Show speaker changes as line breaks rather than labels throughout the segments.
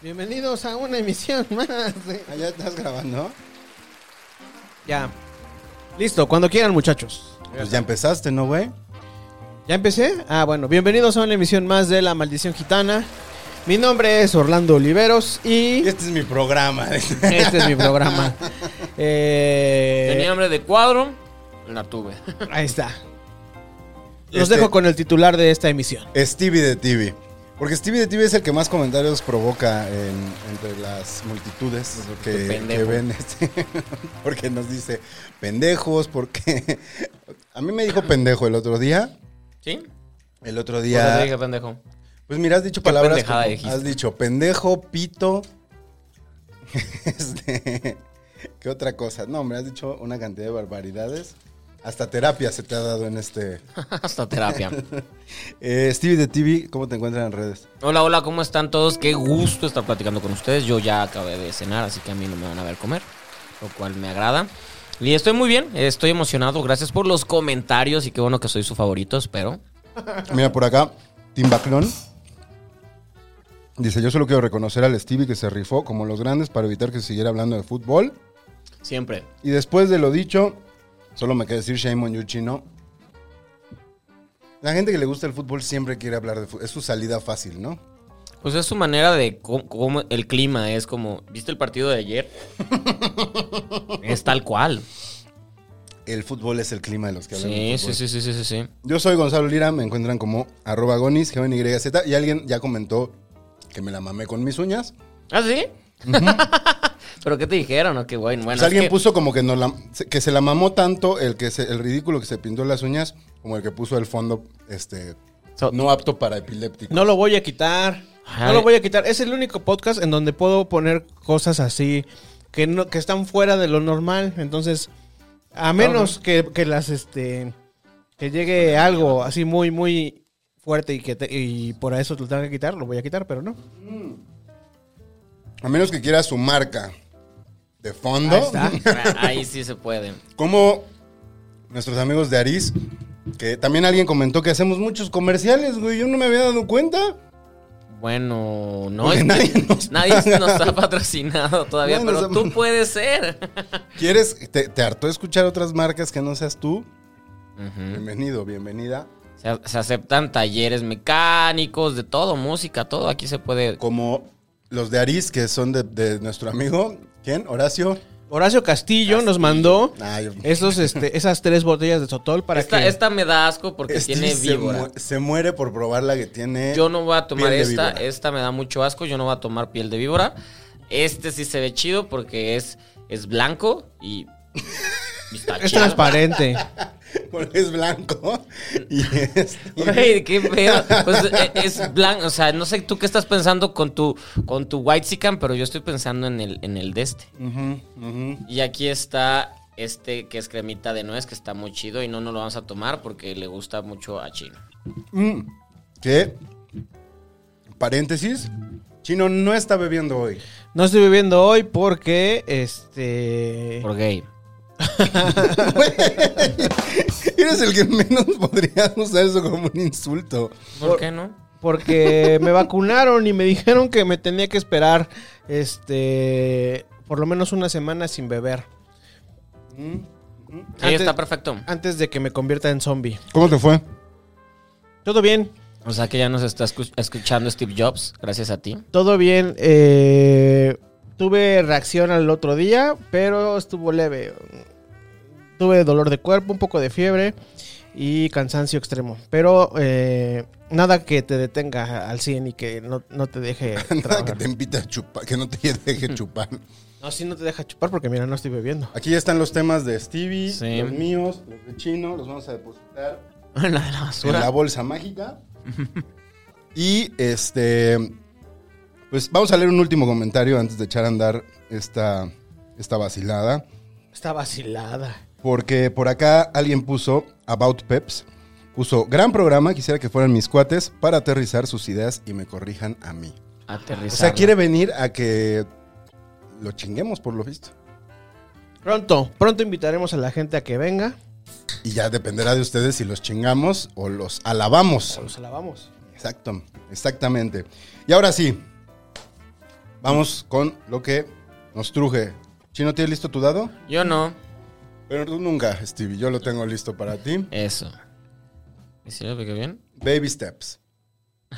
Bienvenidos a una emisión más. de-
¿Allá estás grabando?
Ya. Listo, cuando quieran, muchachos.
Pues ya empezaste, ¿no, güey?
¿Ya empecé? Ah, bueno, bienvenidos a una emisión más de La Maldición Gitana. Mi nombre es Orlando Oliveros y
Este es mi programa.
este es mi programa. Eh,
Tenía hambre de cuadro, la tuve.
Ahí está. Los
Este-
dejo con el titular de esta emisión.
Stevie de TV. Porque Stevie de TV es el que más comentarios provoca en- entre las multitudes que,
pendejo.
que ven este. Porque nos dice pendejos, porque. A mí me dijo pendejo el otro día.
¿Sí?
El otro
Ya.
día.
dije, pendejo.
Pues mira, has dicho palabras.
pendejada
como-
dijiste?
has dicho pendejo, pito. Este. ¿Qué otra cosa? No, hombre, has dicho una cantidad de barbaridades. Hasta terapia se te ha dado en este.
Hasta terapia.
Eh, Stevie de TV, ¿cómo te encuentran en redes?
Hola, hola, ¿cómo están todos? Qué gusto estar platicando con ustedes. Yo ya acabé de cenar, así que a mí no me van a ver comer, lo cual me agrada. Y estoy muy bien, estoy emocionado. Gracias por los comentarios y qué bueno que soy su favorito, espero.
Mira, por acá, Timbaclón. Dice, yo solo quiero reconocer al Stevie que se rifó como los grandes para evitar que se siguiera hablando de fútbol.
Siempre.
Y después de lo dicho, solo me queda decir Shame on you, chino. La gente que le gusta el fútbol siempre quiere hablar de fútbol. Es su salida fácil, ¿no?
Pues es su manera de cómo, cómo el clima es como, ¿viste el partido de ayer? es tal cual.
El fútbol es el clima de los que hablan
Sí,
de
sí,
fútbol.
sí, sí, sí, sí, sí.
Yo soy Gonzalo Lira, me encuentran como arroba gonis, g o n y z Y alguien ya comentó que me la mamé con mis uñas.
¿Ah, sí? ¿Pero qué te dijeron? o qué bueno, bueno.
Pues
es
alguien
que-
puso como que, nos la- se- que se la mamó tanto el, que se- el ridículo que se pintó las uñas como el que puso el fondo este,
So-
no apto para epiléptico.
No lo voy a quitar. No
Ay.
lo voy a quitar. Es el único podcast en donde puedo poner cosas así que no que están fuera de lo normal. Entonces, a menos que, que las este que llegue algo así muy muy fuerte y que te- y por eso lo tenga que quitar, lo voy a quitar, pero no.
A menos que quiera su marca de fondo.
Ahí está.
Ahí sí se puede.
Como nuestros amigos de Aris, que también alguien comentó que hacemos muchos comerciales, güey. Yo no me había dado cuenta.
Bueno, no
Porque
es
nadie
nadie,
nos
nos
paga.
ha patrocinado todavía,
Nadie
pero
nos ha-
tú puedes ser.
¿Quieres? ¿Te, te hartó escuchar otras marcas que no seas tú? Bienvenido, bienvenida.
se, se aceptan talleres mecánicos, de todo, música, todo. Aquí se puede.
Como los de Aris, que son de, de nuestro amigo. ¿Quién? ¿Horacio?
Horacio Castillo, nos mandó
Ay,
esos este esas tres botellas de Sotol para
Esta,
que
esta me da asco porque
Steve
tiene
Este se,
víbora.
mu- se muere por probar la que tiene.
Yo no voy a tomar
piel de
esta.
víbora.
Esta me da mucho asco. Yo no voy a tomar piel de víbora. Este sí se ve chido porque es, es blanco y. y está
es
chido.
transparente.
Porque es blanco. Y es.
Güey, qué pedo. Pues, eh, es blanco, o sea, no sé tú qué estás pensando con tu con tu white sican, pero yo estoy pensando en el en el de este.
Ujú, ujú.
Y aquí está este que es cremita de nuez que está muy chido y no nos lo vamos a tomar porque le gusta mucho a Chino.
Mm. Que. Paréntesis. Chino no está bebiendo hoy.
No estoy bebiendo hoy porque este
Eh.
Por gay.
Güey, Eres el que menos podrías usar eso como un insulto.
¿Por qué no?
porque me vacunaron y me dijeron que me tenía que esperar este por lo menos una semana sin beber
Mm.
Sí,
Antes-
está perfecto.
antes de que me convierta en zombie.
¿Cómo te fue?
Todo bien,
O sea que ya nos está escu- escuchando Steve Jobs, gracias a ti.
todo bien. eh, tuve reacción al otro día, pero estuvo leve. Tuve dolor de cuerpo, un poco de fiebre y cansancio extremo. Pero eh, nada que te detenga al 100 y que no, no te deje
Nada que
trabajar.
te invite a chupar, que no te deje chupar.
No, si no te deja chupar porque mira, no estoy bebiendo.
Mm. Aquí ya están los temas de Stevie,
Sí.
los míos, los de Chino, los vamos a depositar
La de la
en
basura.
la bolsa mágica. y este. Pues vamos a leer un último comentario antes de echar a andar esta, esta vacilada.
Está vacilada.
Porque por acá alguien puso About Peps. Puso gran programa, quisiera que fueran mis cuates para aterrizar sus ideas y me corrijan a mí. O
Aterrizar.
sea, quiere venir a que lo chinguemos por lo visto.
Pronto, pronto invitaremos a la gente a que venga.
Y ya dependerá de ustedes si los chingamos o los alabamos.
Los alabamos.
Exacto, exactamente. Y ahora sí, vamos con lo que nos truje. Chino, ¿tienes listo tu dado?
Yo no.
Pero tú nunca, Stevie. Yo lo tengo listo para ti.
Eso. ¿Y si lo pegué bien?
Baby steps.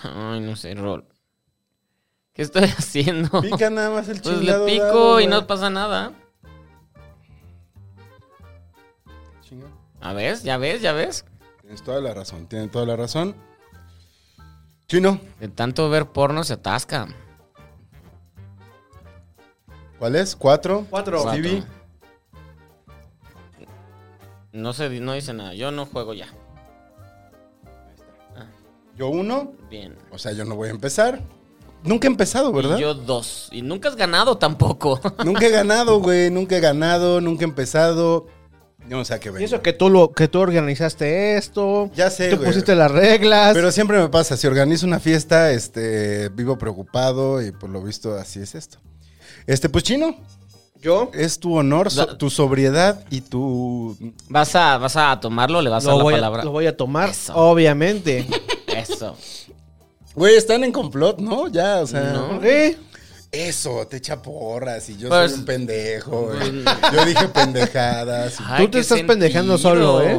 Ay, no sé, rol. ¿Qué estoy haciendo?
Pica nada más el
Pues le
chingado
pico
dado, güey.
y no pasa nada.
Chinga.
¿A ves? ¿Ya ves? ¿Ya ves?
Tienes toda la razón, tienes toda la razón. Chino,
De tanto ver porno se atasca.
¿cuál es? ¿Cuatro?
Cuatro.
Stevie.
Cuatro. No se di- no dice nada. Yo no juego ya.
Yo uno.
Bien.
O sea, yo no voy a empezar. Nunca he empezado, ¿verdad?
Y yo dos. Y nunca has ganado tampoco.
Nunca he ganado, güey. Nunca he ganado, nunca he empezado. Yo no sé a qué
Y
vengo.
eso que tú lo, que tú organizaste esto.
Ya sé,
Tú
güey.
pusiste las reglas.
Pero siempre me pasa, si organizo una fiesta, este, vivo preocupado y por lo visto así es esto. Este, pues chino,
yo
es tu honor, so-
Da-
tu sobriedad y tu...
¿Vas a, vas a tomarlo? ¿Le vas a
lo
dar la
voy a,
palabra?
lo voy a tomar,
Eso.
obviamente.
Eso.
Güey, están en complot, ¿no? Ya, o sea...
No.
¿Eh?
Eso, te echa porras y yo
Pues-
soy un pendejo.
Pues-
y yo dije pendejadas. y-
Ay,
te
qué
estás pendejando solo, ¿eh?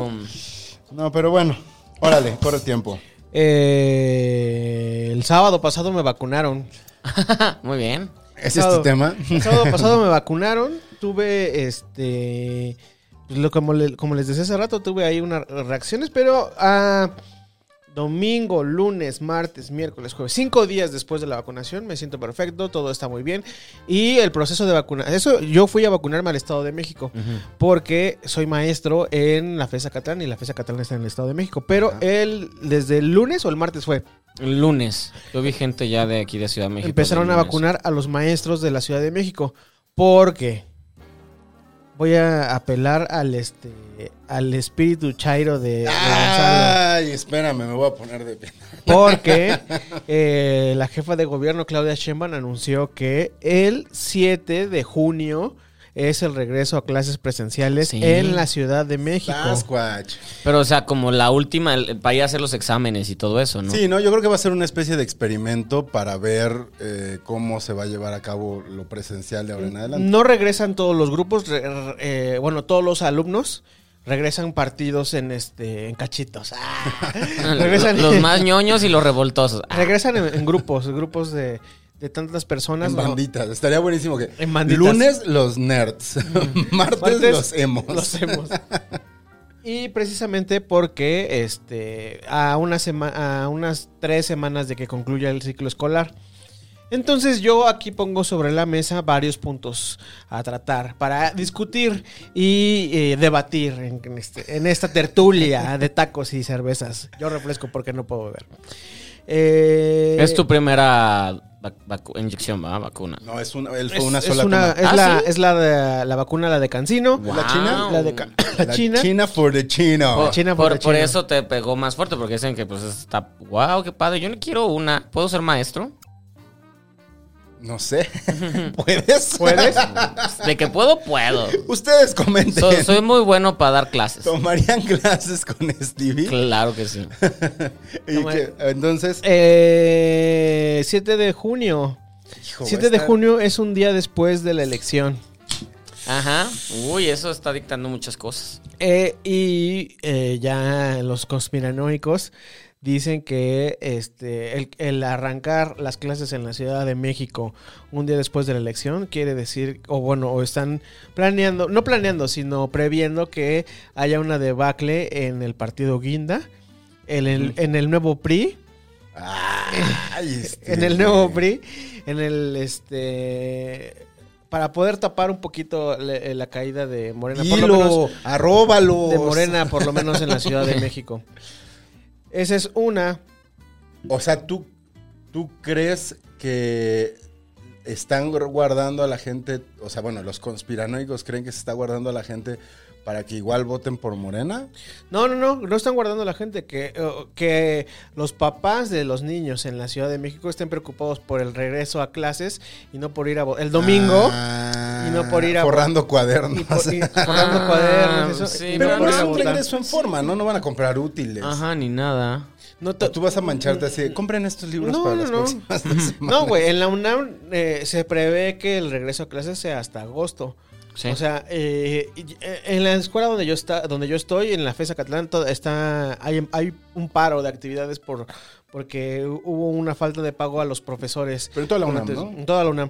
No, pero bueno, órale, corre tiempo.
Eh, el sábado pasado me vacunaron.
Ah, Muy bien.
Ese es tu tema.
El sábado pasado me vacunaron. Tuve este. pues, lo, como, le- como les decía hace rato, tuve ahí unas reacciones, pero ah, domingo, lunes, martes, miércoles, jueves, cinco días después de la vacunación, me siento perfecto, todo está muy bien. Y el proceso de vacunación, eso yo fui a vacunarme al Estado de México, porque soy maestro en la FESA Catalán y la FESA Catalán está en el Estado de México, pero él desde el lunes o el martes fue.
El lunes. Yo vi gente ya de aquí de Ciudad de México.
Empezaron
del
a
lunes.
vacunar a los maestros de la Ciudad de México. Porque voy a apelar al este al espíritu chairo de, de Gonzalo.
Ay, espérame, me voy a poner de pie.
Porque eh, la jefa de gobierno, Claudia Sheinbaum, anunció que el 7 de junio es el regreso a clases presenciales
Sí.
en la Ciudad de México.
Sasquatch.
Pero, o sea, como la última, el- para ir a hacer los exámenes y todo eso, ¿no?
Sí, no, yo creo que va a ser una especie de experimento para ver eh, cómo se va a llevar a cabo lo presencial de ahora en adelante.
No regresan todos los grupos, re- re- eh, bueno, todos los alumnos regresan partidos en este en cachitos. ¡Ah! regresan
Los más ñoños y los revoltosos. Ah,
regresan en, en grupos, grupos de, de tantas personas.
En
¿no?
banditas, estaría buenísimo que
En banditas. Mm.
lunes los nerds, martes,
Martes,
los emos.
los emos. Y precisamente porque este a una sema- a unas tres semanas de que concluya el ciclo escolar. Entonces yo aquí pongo sobre la mesa varios puntos a tratar para discutir y eh, debatir en, en este- en esta tertulia de tacos y cervezas. Yo refresco porque no puedo beber. Eh,
es tu primera vac- vacu- inyección, ¿verdad? Vacuna.
No, es una, él fue
es-
una
es
sola
una-
toma.
es
Ah,
la,
¿sí?
es la de- la vacuna, la de Cancino.
¿Es la china?
La de ca- la
La
China. Oh,
China for the chino.
Por,
La china por
por-
la
por
china.
eso te pegó más fuerte, porque dicen que pues está, wow, qué padre, yo no quiero una, ¿puedo ser maestro?
No sé. ¿Puedes?
¿Puedes?
De que puedo, puedo.
Ustedes comenten.
So- soy muy bueno para dar clases.
¿Tomarían clases con Stevie?
Claro que sí.
Y que- entonces,
Eh, 7 de junio.
hijo, va a
7 de
estar-
junio es un día después de la elección.
Ajá. Uy, eso está dictando muchas cosas.
Eh, y eh, ya los conspiranoicos dicen que este, el, el arrancar las clases en la Ciudad de México un día después de la elección quiere decir, o bueno, o están planeando, no planeando, sino previendo que haya una debacle en el partido Guinda, en el, en el nuevo PRI.
Ay,
en
Stevie.
el nuevo PRI, en el este para poder tapar un poquito le- eh, la, caída de Morena. Por lo
Hilo,
menos
arróbalo.
de Morena, por lo menos en la Ciudad de México. Esa es una.
O sea, ¿tú, tú crees que están guardando a la gente, o sea, bueno, los conspiranoicos creen que se está guardando a la gente para que igual voten por Morena?
No, no, no, no están guardando a la gente. Que, eh, que los papás de los niños en la Ciudad de México estén preocupados por el regreso a clases y no por ir a vo- el domingo.
Ah,
y no por ir a-
Forrando cuadernos.
Y, por- y forrando
Ah,
cuadernos. eso,
sí,
y no
Pero por
Pero
por ir
eso
a
es un
votar.
regreso en forma, ¿no? No van a comprar útiles.
Ajá, ni nada.
No
O
te-
tú vas a mancharte así, de, compren estos libros
No,
para
no,
las
no.
próximas dos semanas".
No, güey, en la UNAM eh, se prevé que el regreso a clases sea hasta agosto.
Sí.
O sea, eh, y- eh, en la escuela donde yo está, donde yo estoy, en la FESA Catalán, to- está, hay, hay un paro de actividades por porque hubo una falta de pago a los profesores.
Pero en toda la UNAM,
Entonces,
¿no?
en toda la UNAM.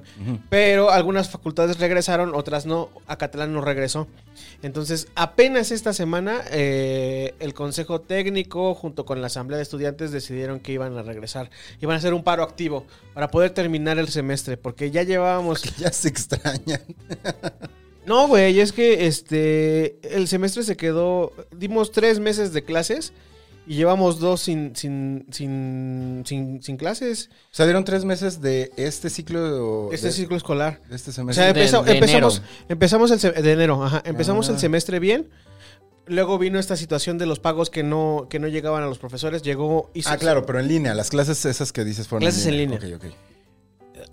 Pero algunas facultades regresaron, otras no. A Catalán no regresó. Entonces, apenas esta semana, eh, el Consejo Técnico, junto con la Asamblea de Estudiantes, decidieron que iban a regresar. Iban a hacer un paro activo para poder terminar el semestre, porque ya llevábamos...
Ya se extrañan.
No, güey, es que este el semestre se quedó. Dimos tres meses de clases y llevamos dos sin, sin, sin, sin, sin clases.
O sea, dieron tres meses de este ciclo.
Este
de-
ciclo escolar.
de este
O
semestre.
sea,
De-
empeza-
de
empezamos,
enero.
empezamos el se- de enero, ajá. Empezamos
Ah.
el semestre bien. Luego vino esta situación de los pagos que no, que no llegaban a los profesores. Llegó y
ah, claro, pero en línea. Las clases esas que dices fueron
Clases en línea.
Ok, ok.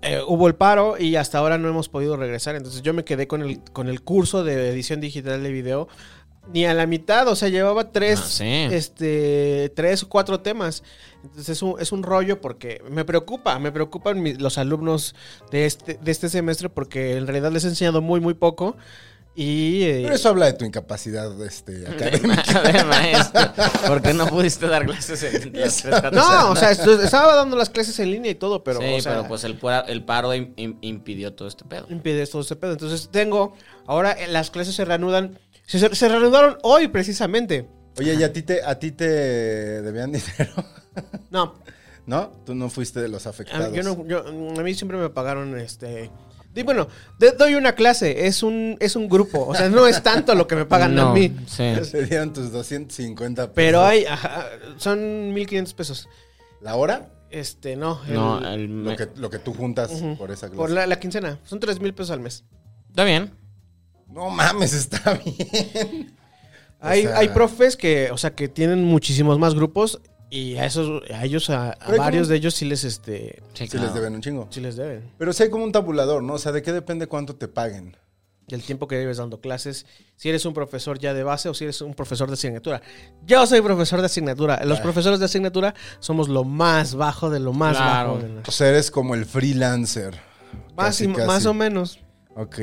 eh, hubo el paro y hasta ahora no hemos podido regresar. Entonces yo me quedé con el, con el curso de edición digital de video. Ni a la mitad, o sea, llevaba tres,
Ah, sí.
este, tres o cuatro temas. Entonces es un, es un rollo porque me preocupa, me preocupan mi- los alumnos de este, de este semestre porque en realidad les he enseñado muy, muy poco. Y eh,
Pero eso habla de tu incapacidad este, académica.
A ver, maestro, ¿por qué no pudiste dar clases en las tres
No, o sea, estu- estaba dando las clases en línea y todo, pero.
sí,
o sea,
pero pues el, pura- el paro im- im- impidió todo este pedo.
impide todo este pedo. Entonces tengo, ahora eh, las clases se reanudan, se, se reanudaron hoy precisamente.
Oye, ¿y a ti te, a ti te debían dinero?
No,
¿No? Tú no fuiste de los
a,
afectados.
yo no- yo- a mí siempre me pagaron este... Y bueno, de- doy una clase, es un, es un grupo, o sea, no es tanto lo que me pagan
No,
a mí.
sí.
Te dieron tus 250 pesos.
Pero hay, ajá, son 1500 pesos.
¿La hora?
Este, no. el-
No, eh, el me-
Lo que, lo que tú juntas por esa clase.
por la, la quincena, son 3000 pesos al mes.
Está bien.
No mames, está bien. O
Hay,
sea-
hay profes que, o sea, que tienen muchísimos más grupos y a esos, a ellos, a, a
Pero hay
varios
como-
de ellos sí les, este,
Sí,
Sí
claro.
les deben un chingo.
sí les deben.
Pero sí hay como un tabulador, ¿no? O sea, ¿de qué depende cuánto te paguen?
del tiempo que debes dando clases, si eres un profesor ya de base o si eres un profesor de asignatura. Yo soy profesor de asignatura.
Ah.
Los profesores de asignatura somos lo más bajo de lo más
Claro.
bajo. de lo-
O sea, eres como el freelancer.
Más, y-
Casi, casi.
más o menos.
Ok.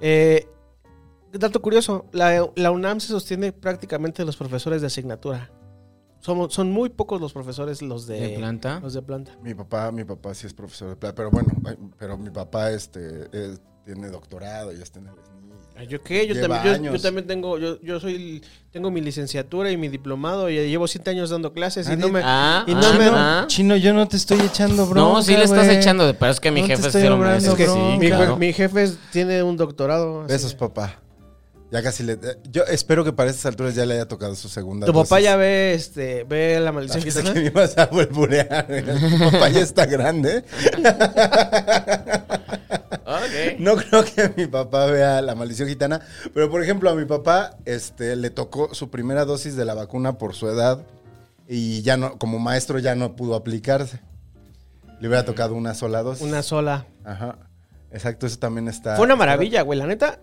Eh, dato curioso, la, la UNAM se sostiene prácticamente de los profesores de asignatura. Somos, son muy pocos los profesores los de,
¿De planta?
Los de planta.
Mi papá, mi papá sí es profesor de plata, pero bueno, ay, pero mi papá este, eh, tiene doctorado, ya está en el SNI.
Ah, ¿Yo qué? Yo,
Lleva
también, yo- yo,
años.
también tengo, yo, yo soy, tengo mi licenciatura y mi diplomado y llevo siete años dando clases y
Ah,
no
di-
me...
Ah,
y no
ah,
me-
ah.
Chino, yo no te estoy echando bronca,
No, sí le estás
güey.
echando de pero es que mi
No te
jefe
estoy
sí lo
logrando,
merece.
Es que
bro.
sí,
mi, jue-
claro.
mi jefe es- tiene un doctorado. así
Besos,
que-
papá. Ya casi le. eh, Yo espero que para estas alturas ya le haya tocado su segunda.
Tu papá
dosis.
ya ve, este, ve la maldición
Pensé
gitana.
que me ibas a burburear. Tu papá ya está grande.
Ok.
No creo que mi papá vea la maldición gitana. Pero, por ejemplo, a mi papá este, le tocó su primera dosis de la vacuna por su edad. Y ya no, como maestro ya no pudo aplicarse. Le hubiera tocado una sola dosis.
Una sola.
Ajá. Exacto, eso también está.
Fue una maravilla, güey, la neta.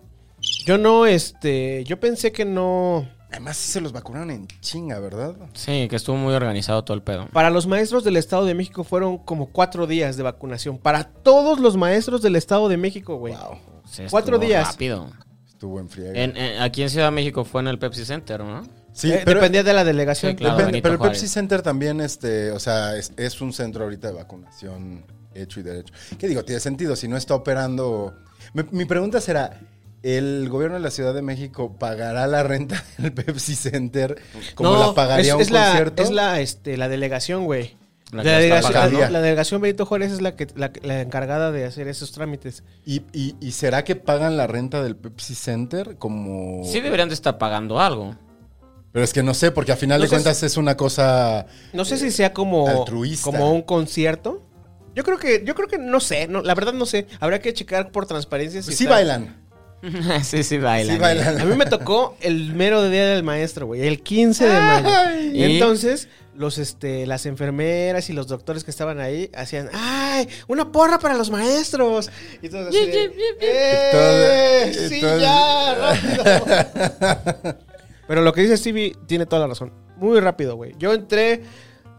Yo no, este, yo pensé que no.
Además, sí se los vacunaron en chinga, ¿verdad?
Sí, que estuvo muy organizado todo el pedo.
Para los maestros del Estado de México fueron como cuatro días de vacunación. Para todos los maestros del Estado de México, güey. Eh,
Wow.
Sí, estuvo
Cuatro días.
Rápido.
Estuvo en friega.
En- en- aquí en Ciudad de México fue en el Pepsi Center, ¿no?
Sí,
Eh,
pero,
dependía de la delegación.
Sí, claro.
depende,
Benito
pero el
Juárez.
Pepsi Center también, este, o sea, es, es un centro ahorita de vacunación hecho y derecho. ¿Qué digo? Tiene sentido, si no está operando... Mi, mi pregunta será, ¿el gobierno de la Ciudad de México pagará la renta del Pepsi Center como
No,
la pagaría
es-
un
es la-
concierto?
es la, este, la delegación, güey. La
La que está
delegación,
pagando.
pagando.
la delegación Benito Juárez es la, que, la, la encargada de hacer esos trámites.
¿Y, y, y será que pagan la renta del Pepsi Center como...?
Sí deberían de estar pagando algo.
Pero es que no sé, porque a final
No
de
sé
cuentas es una cosa...
No sé si sea como,
Eh, altruista.
como un concierto. Yo creo que, yo creo que no sé, no, la verdad no sé. Habría que checar por transparencia. Si
Sí,
está-
bailan.
sí, sí bailan. eh.
Sí bailan.
A mí me tocó el mero día del maestro, güey, el 15 de mayo.
¿Y?
Entonces, los este las enfermeras y los doctores que estaban ahí hacían, "Ay, una porra para los maestros." Y todos así, de, "Eh,
Y todo- y
sí
todo-
ya, rápido." Pero lo que dice Stevie tiene toda la razón. Muy rápido, güey. Yo entré,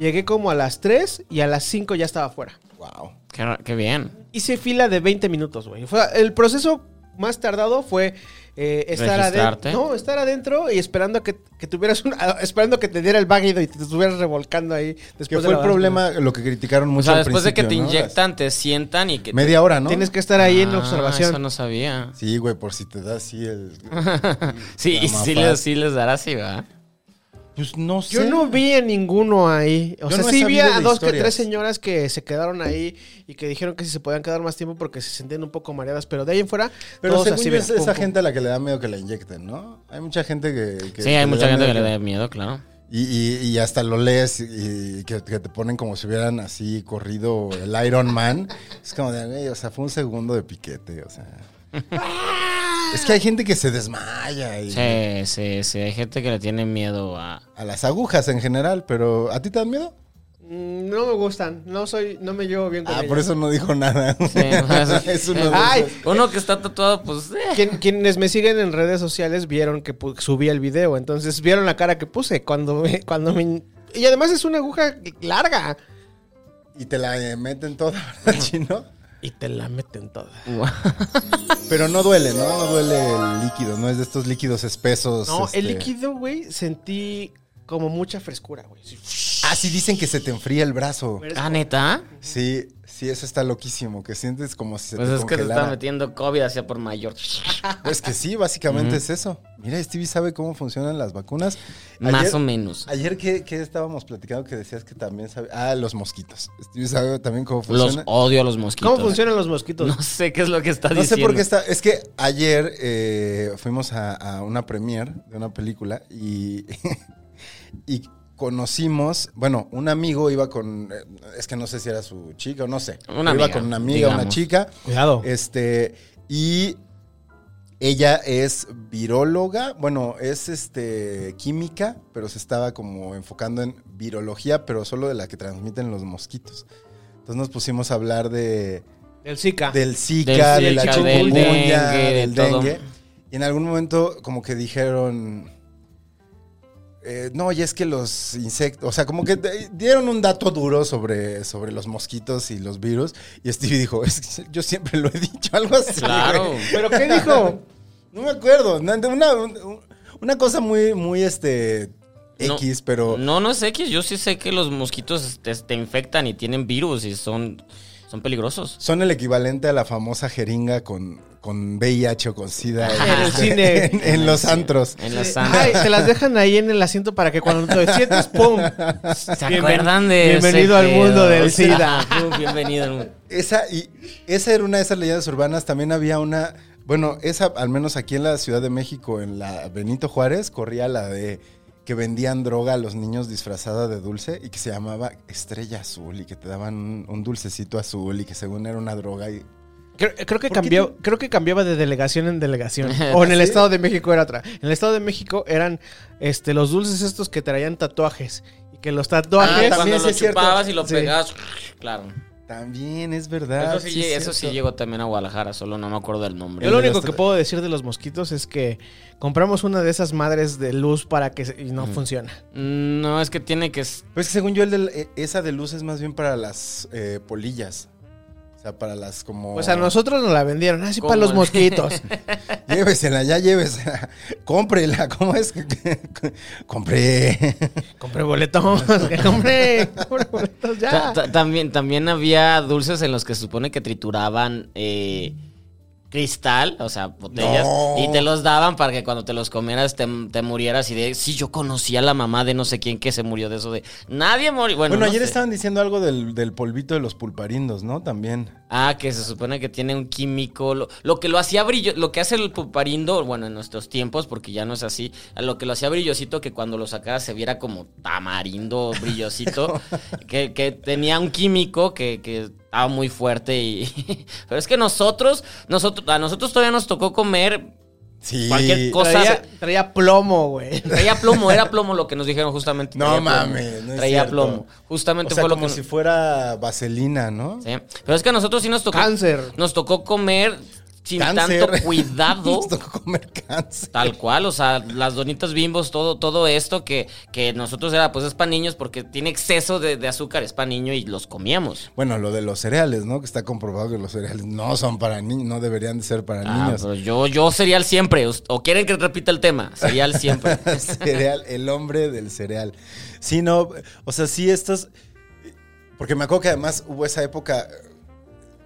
llegué como a las 3 y a las 5 ya estaba afuera.
wow.
Qué, ra- qué bien.
Hice fila de 20 minutos, güey. Fue- El proceso más tardado fue eh, estar,
Registrarte.
adentro, no, estar adentro y esperando que, que tuvieras un- a- esperando que te diera el váguido y te estuvieras revolcando ahí. Después
Que
de
fue
la
el
vacuna.
problema, lo que criticaron
O
mucho
sea,
al
después de que te
principio, ¿no?
inyectan, te sientan y que...
Media hora, ¿no?
Tienes que estar ahí en
Ah,
observación.
Eso no sabía.
Sí, güey, por si te da así el...
Sí,
La
sí
mafaz.
les, sí les dará así, ¿verdad?
Pues no sé.
Yo no vi a ninguno ahí. O
Yo
sea,
no he
sí vi
sabido
a
de
dos que
historias.
tres señoras que se quedaron ahí y que dijeron que si se podían quedar más tiempo porque se sentían un poco mareadas, pero de ahí en fuera,
Pero
todos
según
así,
yo
mira,
es
pum,
esa
pum.
gente a la que le da miedo que la inyecten, ¿no? Hay mucha gente que... que-
Sí, hay
le
mucha
da
gente que le
miedo
da miedo, claro.
Y, y- y hasta lo lees y, y que, que te ponen como si hubieran así corrido el Iron Man. Es como de, "Güey, o sea, fue un segundo de piquete, o sea. es que hay gente que se desmaya y-
Sí, sí, sí. Hay gente que le tiene miedo a...
a las agujas en general, pero ¿a ti te dan miedo?
Mm, No me gustan, no soy, no me llevo bien con
Ah,
ellas.
por eso no dijo nada.
Sí,
es uno de
Ay,
esos.
Uno que está tatuado, pues... eh.
Quien- quienes me siguen en redes sociales vieron que pu- subí el video, entonces vieron la cara que puse cuando me, cuando me- y además es una aguja larga
Y te la eh, meten toda, ¿verdad, chino?
y te la meten toda.
Pero no duele, ¿no? No duele el líquido, no es de estos líquidos espesos.
Pues
No, el
este.
líquido, güey, sentí como mucha frescura, güey. Sí.
Ah, sí, dicen que se te enfría el brazo.
Ah, ¿neta?
Sí, sí, eso está loquísimo, que sientes como si se
Pues
te
es que te está
congelara.
metiendo COVID hacia por mayor.
Es que sí, básicamente es eso. Mira, Stevie sabe cómo funcionan las vacunas.
Más o menos.
Ayer que, estábamos platicando que decías que también sabe... Ah, los mosquitos. Stevie sabe también cómo
Los
funcionan.
odio a los mosquitos.
¿Cómo funcionan los mosquitos?
No sé qué es lo que está
No sé
diciendo.
por qué está. Es que ayer eh, fuimos a, a una premiere de una película y, y conocimos. Bueno, un amigo iba con. eh, Es que no sé si era su chica o no sé.
Una
iba
amiga,
con una amiga, una
digamos.
chica.
Cuidado.
Este. Y. Ella es viróloga, bueno, es este química, pero se estaba como enfocando en virología, pero solo de la que transmiten los mosquitos. Entonces nos pusimos a hablar de,
El Zika.
del Zika,
Del
de la
Zika, del
chikungunya,
dengue, de
del
todo.
dengue. Y en algún momento como que dijeron, eh, no, y es que los insectos, o sea, como que de- dieron un dato duro sobre, sobre los mosquitos y los virus. Y Stevie dijo, "Es que yo siempre lo he dicho, algo así.
Claro.
güey.
¿Pero qué dijo?
No me acuerdo, na- de una, un- una cosa muy, muy este...
No,
X, pero
No, no es X. Yo sí sé que los mosquitos te, te infectan y tienen virus y son, son peligrosos.
son el equivalente a la famosa jeringa con, con VIH o con SIDA
En el
este,
cine.
en- en los antros.
En la sangre.
Ay, te las dejan ahí en el asiento para que cuando te sientes, ¡pum!
¿Se acuerdan de ese
Bienvenido al
pedo?
mundo del
Sí,
SIDA.
ajá, uh, bienvenido al mundo.
Esa, y esa era una de esas leyendas urbanas. También había una. Bueno, esa, al menos aquí en la Ciudad de México, en la Benito Juárez, corría la de que vendían droga a los niños disfrazada de dulce y que se llamaba Estrella Azul y que te daban un, un dulcecito azul y que según era una droga. Y,
Creo, creo que
¿Por qué
cambió, creo que cambiaba de delegación en delegación. O en el Estado de México era otra. En el Estado de México eran este los dulces estos que traían tatuajes. Y que los
Ah,
tatuajes.
también
cuando
sí
lo
es cierto.
chupabas y lo
Sí.
pegabas. Claro.
también es verdad.
Eso sí,
es
lle- eso sí
cierto.
llegó también a Guadalajara, solo no me acuerdo del nombre.
yo lo único
los
que
tra-
puedo decir de los mosquitos es que compramos una de esas madres de luz para que se- y no funciona.
No, es que tiene que... s-
Pues que según yo, el del- eh, esa de luz es más bien para las eh, polillas. O sea, para las como.
Pues a nosotros nos la vendieron así para
¿Cómo?
los mosquitos.
Llévesela, ya llévesela. Cómprela, ¿cómo es que compré?
compré boletos, que compré, compré boletos ya.
Ta- ta- también, también había dulces en los que se supone que trituraban eh, cristal, o sea, botellas,
No.
y te los daban para que cuando te los comieras te, te murieras y de, sí, yo conocía a la mamá de no sé quién que se murió de eso, de nadie murió. Bueno,
Bueno,
no
ayer
sé.
estaban diciendo algo del, del polvito de los pulparindos, ¿no? También.
Ah, que se supone que tiene un químico. Lo, lo que lo hacía brillo, lo que hace el pulparindo, bueno, en nuestros tiempos, porque ya no es así, a lo que lo hacía brillosito, que cuando lo sacaras se viera como tamarindo brillosito, que, que tenía un químico que, que estaba muy fuerte y. Pero es que nosotros, nosotros, a nosotros todavía nos tocó comer
Sí.
cualquier cosa.
Traía, traía plomo, güey.
Traía plomo, era plomo lo que nos dijeron justamente.
No
traía plomo,
mames, no es
Traía
cierto.
plomo.
O
Justamente
sea,
fue lo
como
que.
si fuera vaselina, ¿no?
Sí. Pero es que a nosotros sí nos tocó.
Cáncer.
Nos tocó comer sin
Cáncer.
tanto cuidado.
Nos tocó comer cáncer.
Tal cual, o sea, las donitas bimbos, todo, todo esto que, que nosotros era, pues es para niños porque tiene exceso de, de azúcar, es para niño y los comíamos.
Bueno, lo de los cereales, ¿no? Que está comprobado que los cereales no son para niños, no deberían de ser para
Ah,
niños.
pero yo, yo cereal siempre, o, o quieren que repita el tema, cereal siempre.
cereal, el hombre del cereal. Sí, no, o sea, sí estas... Porque me acuerdo que además hubo esa época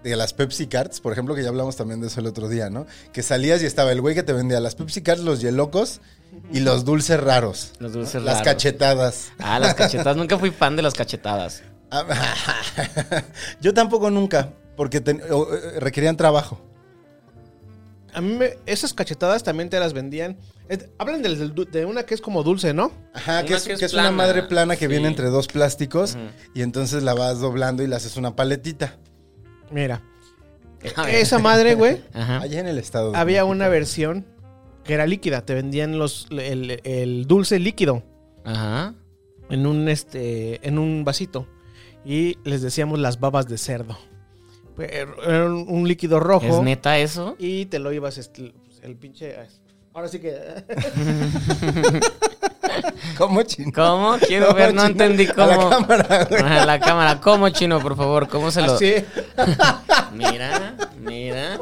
de las Pepsi Cards, por ejemplo, que ya hablamos también de eso el otro día, ¿no? Que salías y estaba el güey que te vendía las Pepsi Cards, los yelocos y los dulces raros.
Los dulces
Las
raros.
cachetadas.
Ah, las cachetadas, nunca fui fan de las cachetadas.
Yo tampoco nunca, porque ten- o, eh, requerían trabajo.
A mí me- esas cachetadas también te las vendían. Es- hablan del- del du- de una que es como dulce, ¿no?
Ajá, que
Una
es,
que es
que es una
plana,
madre plana que
sí.
viene entre dos plásticos y entonces la vas doblando y le haces una paletita.
Mira.
A ver.
Esa madre, güey.
Ajá.
Allá en el estado. de
había
México.
una versión que era líquida. Te vendían los, el, el dulce líquido
Ajá.
en un, este, en un vasito. Y les decíamos las babas de cerdo. Pero Era un un líquido rojo.
¿Es neta eso?
Y te lo ibas este, el pinche. Ahora sí que.
¿Cómo chino?
¿Cómo? Quiero
No,
ver, no
chino,
entendí
a la
cómo.
cámara, güey.
A la cámara, ¿cómo chino, por favor? ¿Cómo se lo.?
Así.
Mira, mira.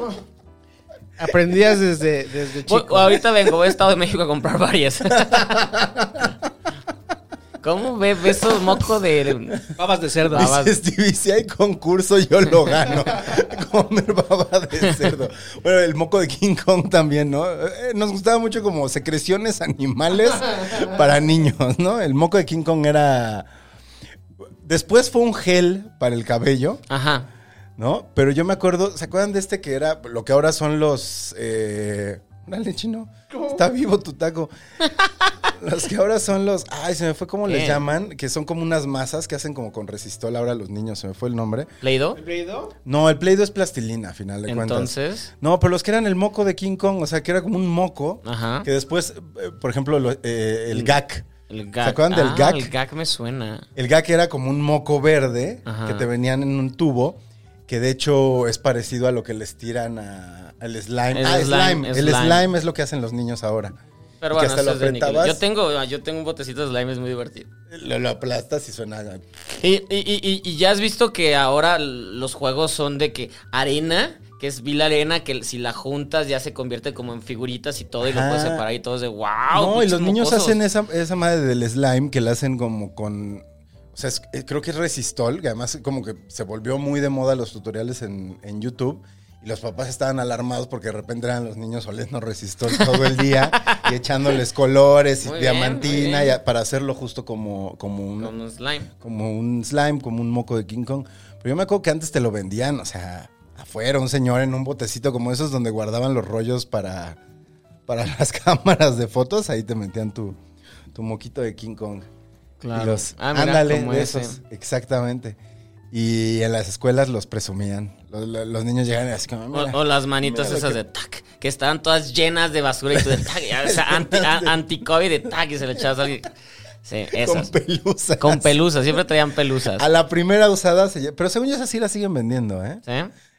Aprendías desde, desde
Voy-
chico.
ahorita vengo, voy a Estado de México a comprar varias. ¿Cómo ve, ve esos mocos de.
Babas de cerdo.
Babas.
Dice Stevie, si hay concurso, yo lo gano. Comer baba de cerdo. Bueno, el moco de King Kong también, ¿no? Eh, Nos gustaba mucho como secreciones animales para niños, ¿no? El moco de King Kong era. Después fue un gel para el cabello,
Ajá.
¿no? Pero yo me acuerdo, ¿se acuerdan de este que era lo que ahora son los. Eh... Dale, chino. Está vivo tu taco. Los que ahora son los. Ay, se me fue cómo les
¿Qué?
llaman. Que son como unas masas que hacen como con resistol ahora los niños. Se me fue el nombre.
¿Leido?
No, el Play-Doh es plastilina, a final de cuentas.
Entonces.
No, pero los que eran el moco de King Kong, o sea, que era como un moco.
Ajá. Mm.
Que después, eh, por ejemplo, lo- eh, el GAC.
El gag.
¿Se acuerdan del
Ah,
gag?
El gag me suena.
El GAC era como un moco verde
Ajá.
que te venían en un tubo, que de hecho es parecido a lo que les tiran a- al slime.
El
ah, slime,
slime,
El
slime.
slime. es lo que hacen los niños ahora.
Pero
Y que
bueno,
hasta
eso
lo
es de Nickelodeon.
apretabas,
Yo tengo, ah, yo tengo un botecito de slime, es muy divertido.
lo, lo aplastas y suena.
Y, y- y- y- y ya has visto que ahora los juegos son de que arena, que es vil arena, que si la juntas ya se convierte como en figuritas y todo, y lo
Ajá.
puedes separar y todo es de wow.
Ah. no, y
pinches
los niños
mocosos".
hacen esa, esa madre del slime que la hacen como con. O sea, es- eh, creo que es resistol, que además como que se volvió muy de moda los tutoriales en, en YouTube. Y los papás estaban alarmados porque de repente eran los niños oliendo resistol todo el día y echándoles colores y
Muy bien, muy
diamantina
bien.
y a- para hacerlo justo como, como, un,
Como un slime.
como un slime, como un moco de King Kong. Pero yo me acuerdo que antes te lo vendían, o sea, afuera, un señor en un botecito como esos donde guardaban los rollos para, para las cámaras de fotos, ahí te metían tu, tu moquito de King Kong.
Claro.
Y los,
Ah, mira,
ándale,
como
de
ese.
esos, exactamente. Y en las escuelas los presumían. Los, los- los niños llegaban y así como,
O,
"Mira".
o las manitas
Mira lo
esas
que-
de tac, que estaban todas llenas de basura y tú de tac, o sea, anti, a- anti-COVID de tac y se le echabas a alguien. Sí,
con
esas.
pelusas.
Con pelusas, siempre traían pelusas.
A la primera usada, se lle- pero según yo esas sí las siguen vendiendo, ¿eh?
¿Sí?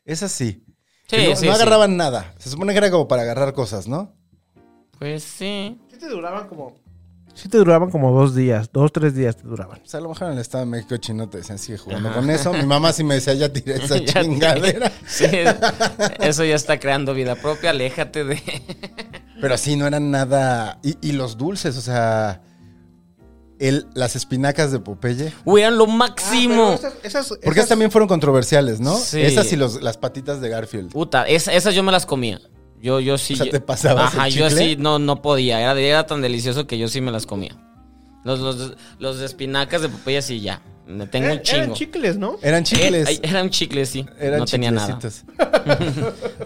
Esas sí.
Sí,
Que no,
sí,
no
sí.
agarraban nada. Se supone que era como para agarrar cosas, ¿no?
Pues sí.
Sí te duraban como. Sí te duraban como dos días, dos, tres días te duraban.
O sea, a lo mejor en el Estado de México chino te decían, sigue jugando
Ajá.
con eso. Mi mamá sí me decía, ya tiré esa
Ya te-
chingadera.
Sí, es- eso ya está creando vida propia, aléjate de...
Pero sí, no eran nada. Y, y los dulces, o sea. el, las espinacas de Popeye.
Güey, eran lo
Ah,
máximo.
pero esas- esas-
Porque esas
esas-
también fueron controversiales, ¿no?
Sí.
Esas y los- las patitas de Garfield.
Puta, es- esas yo me las comía. Yo, yo sí.
O sea,
yo-
¿te pasabas el
Ajá, yo
chicle?
sí no, no podía. Era, de- era tan delicioso que yo sí me las comía. Los, los, los de espinacas de Popeye sí ya. Me tengo
Eh,
eran-
un chingo.
Eran chicles, ¿no?
Eran chicles.
Eh, ay, era un chicle, sí.
eran
no tenía nada.
chiclecitos.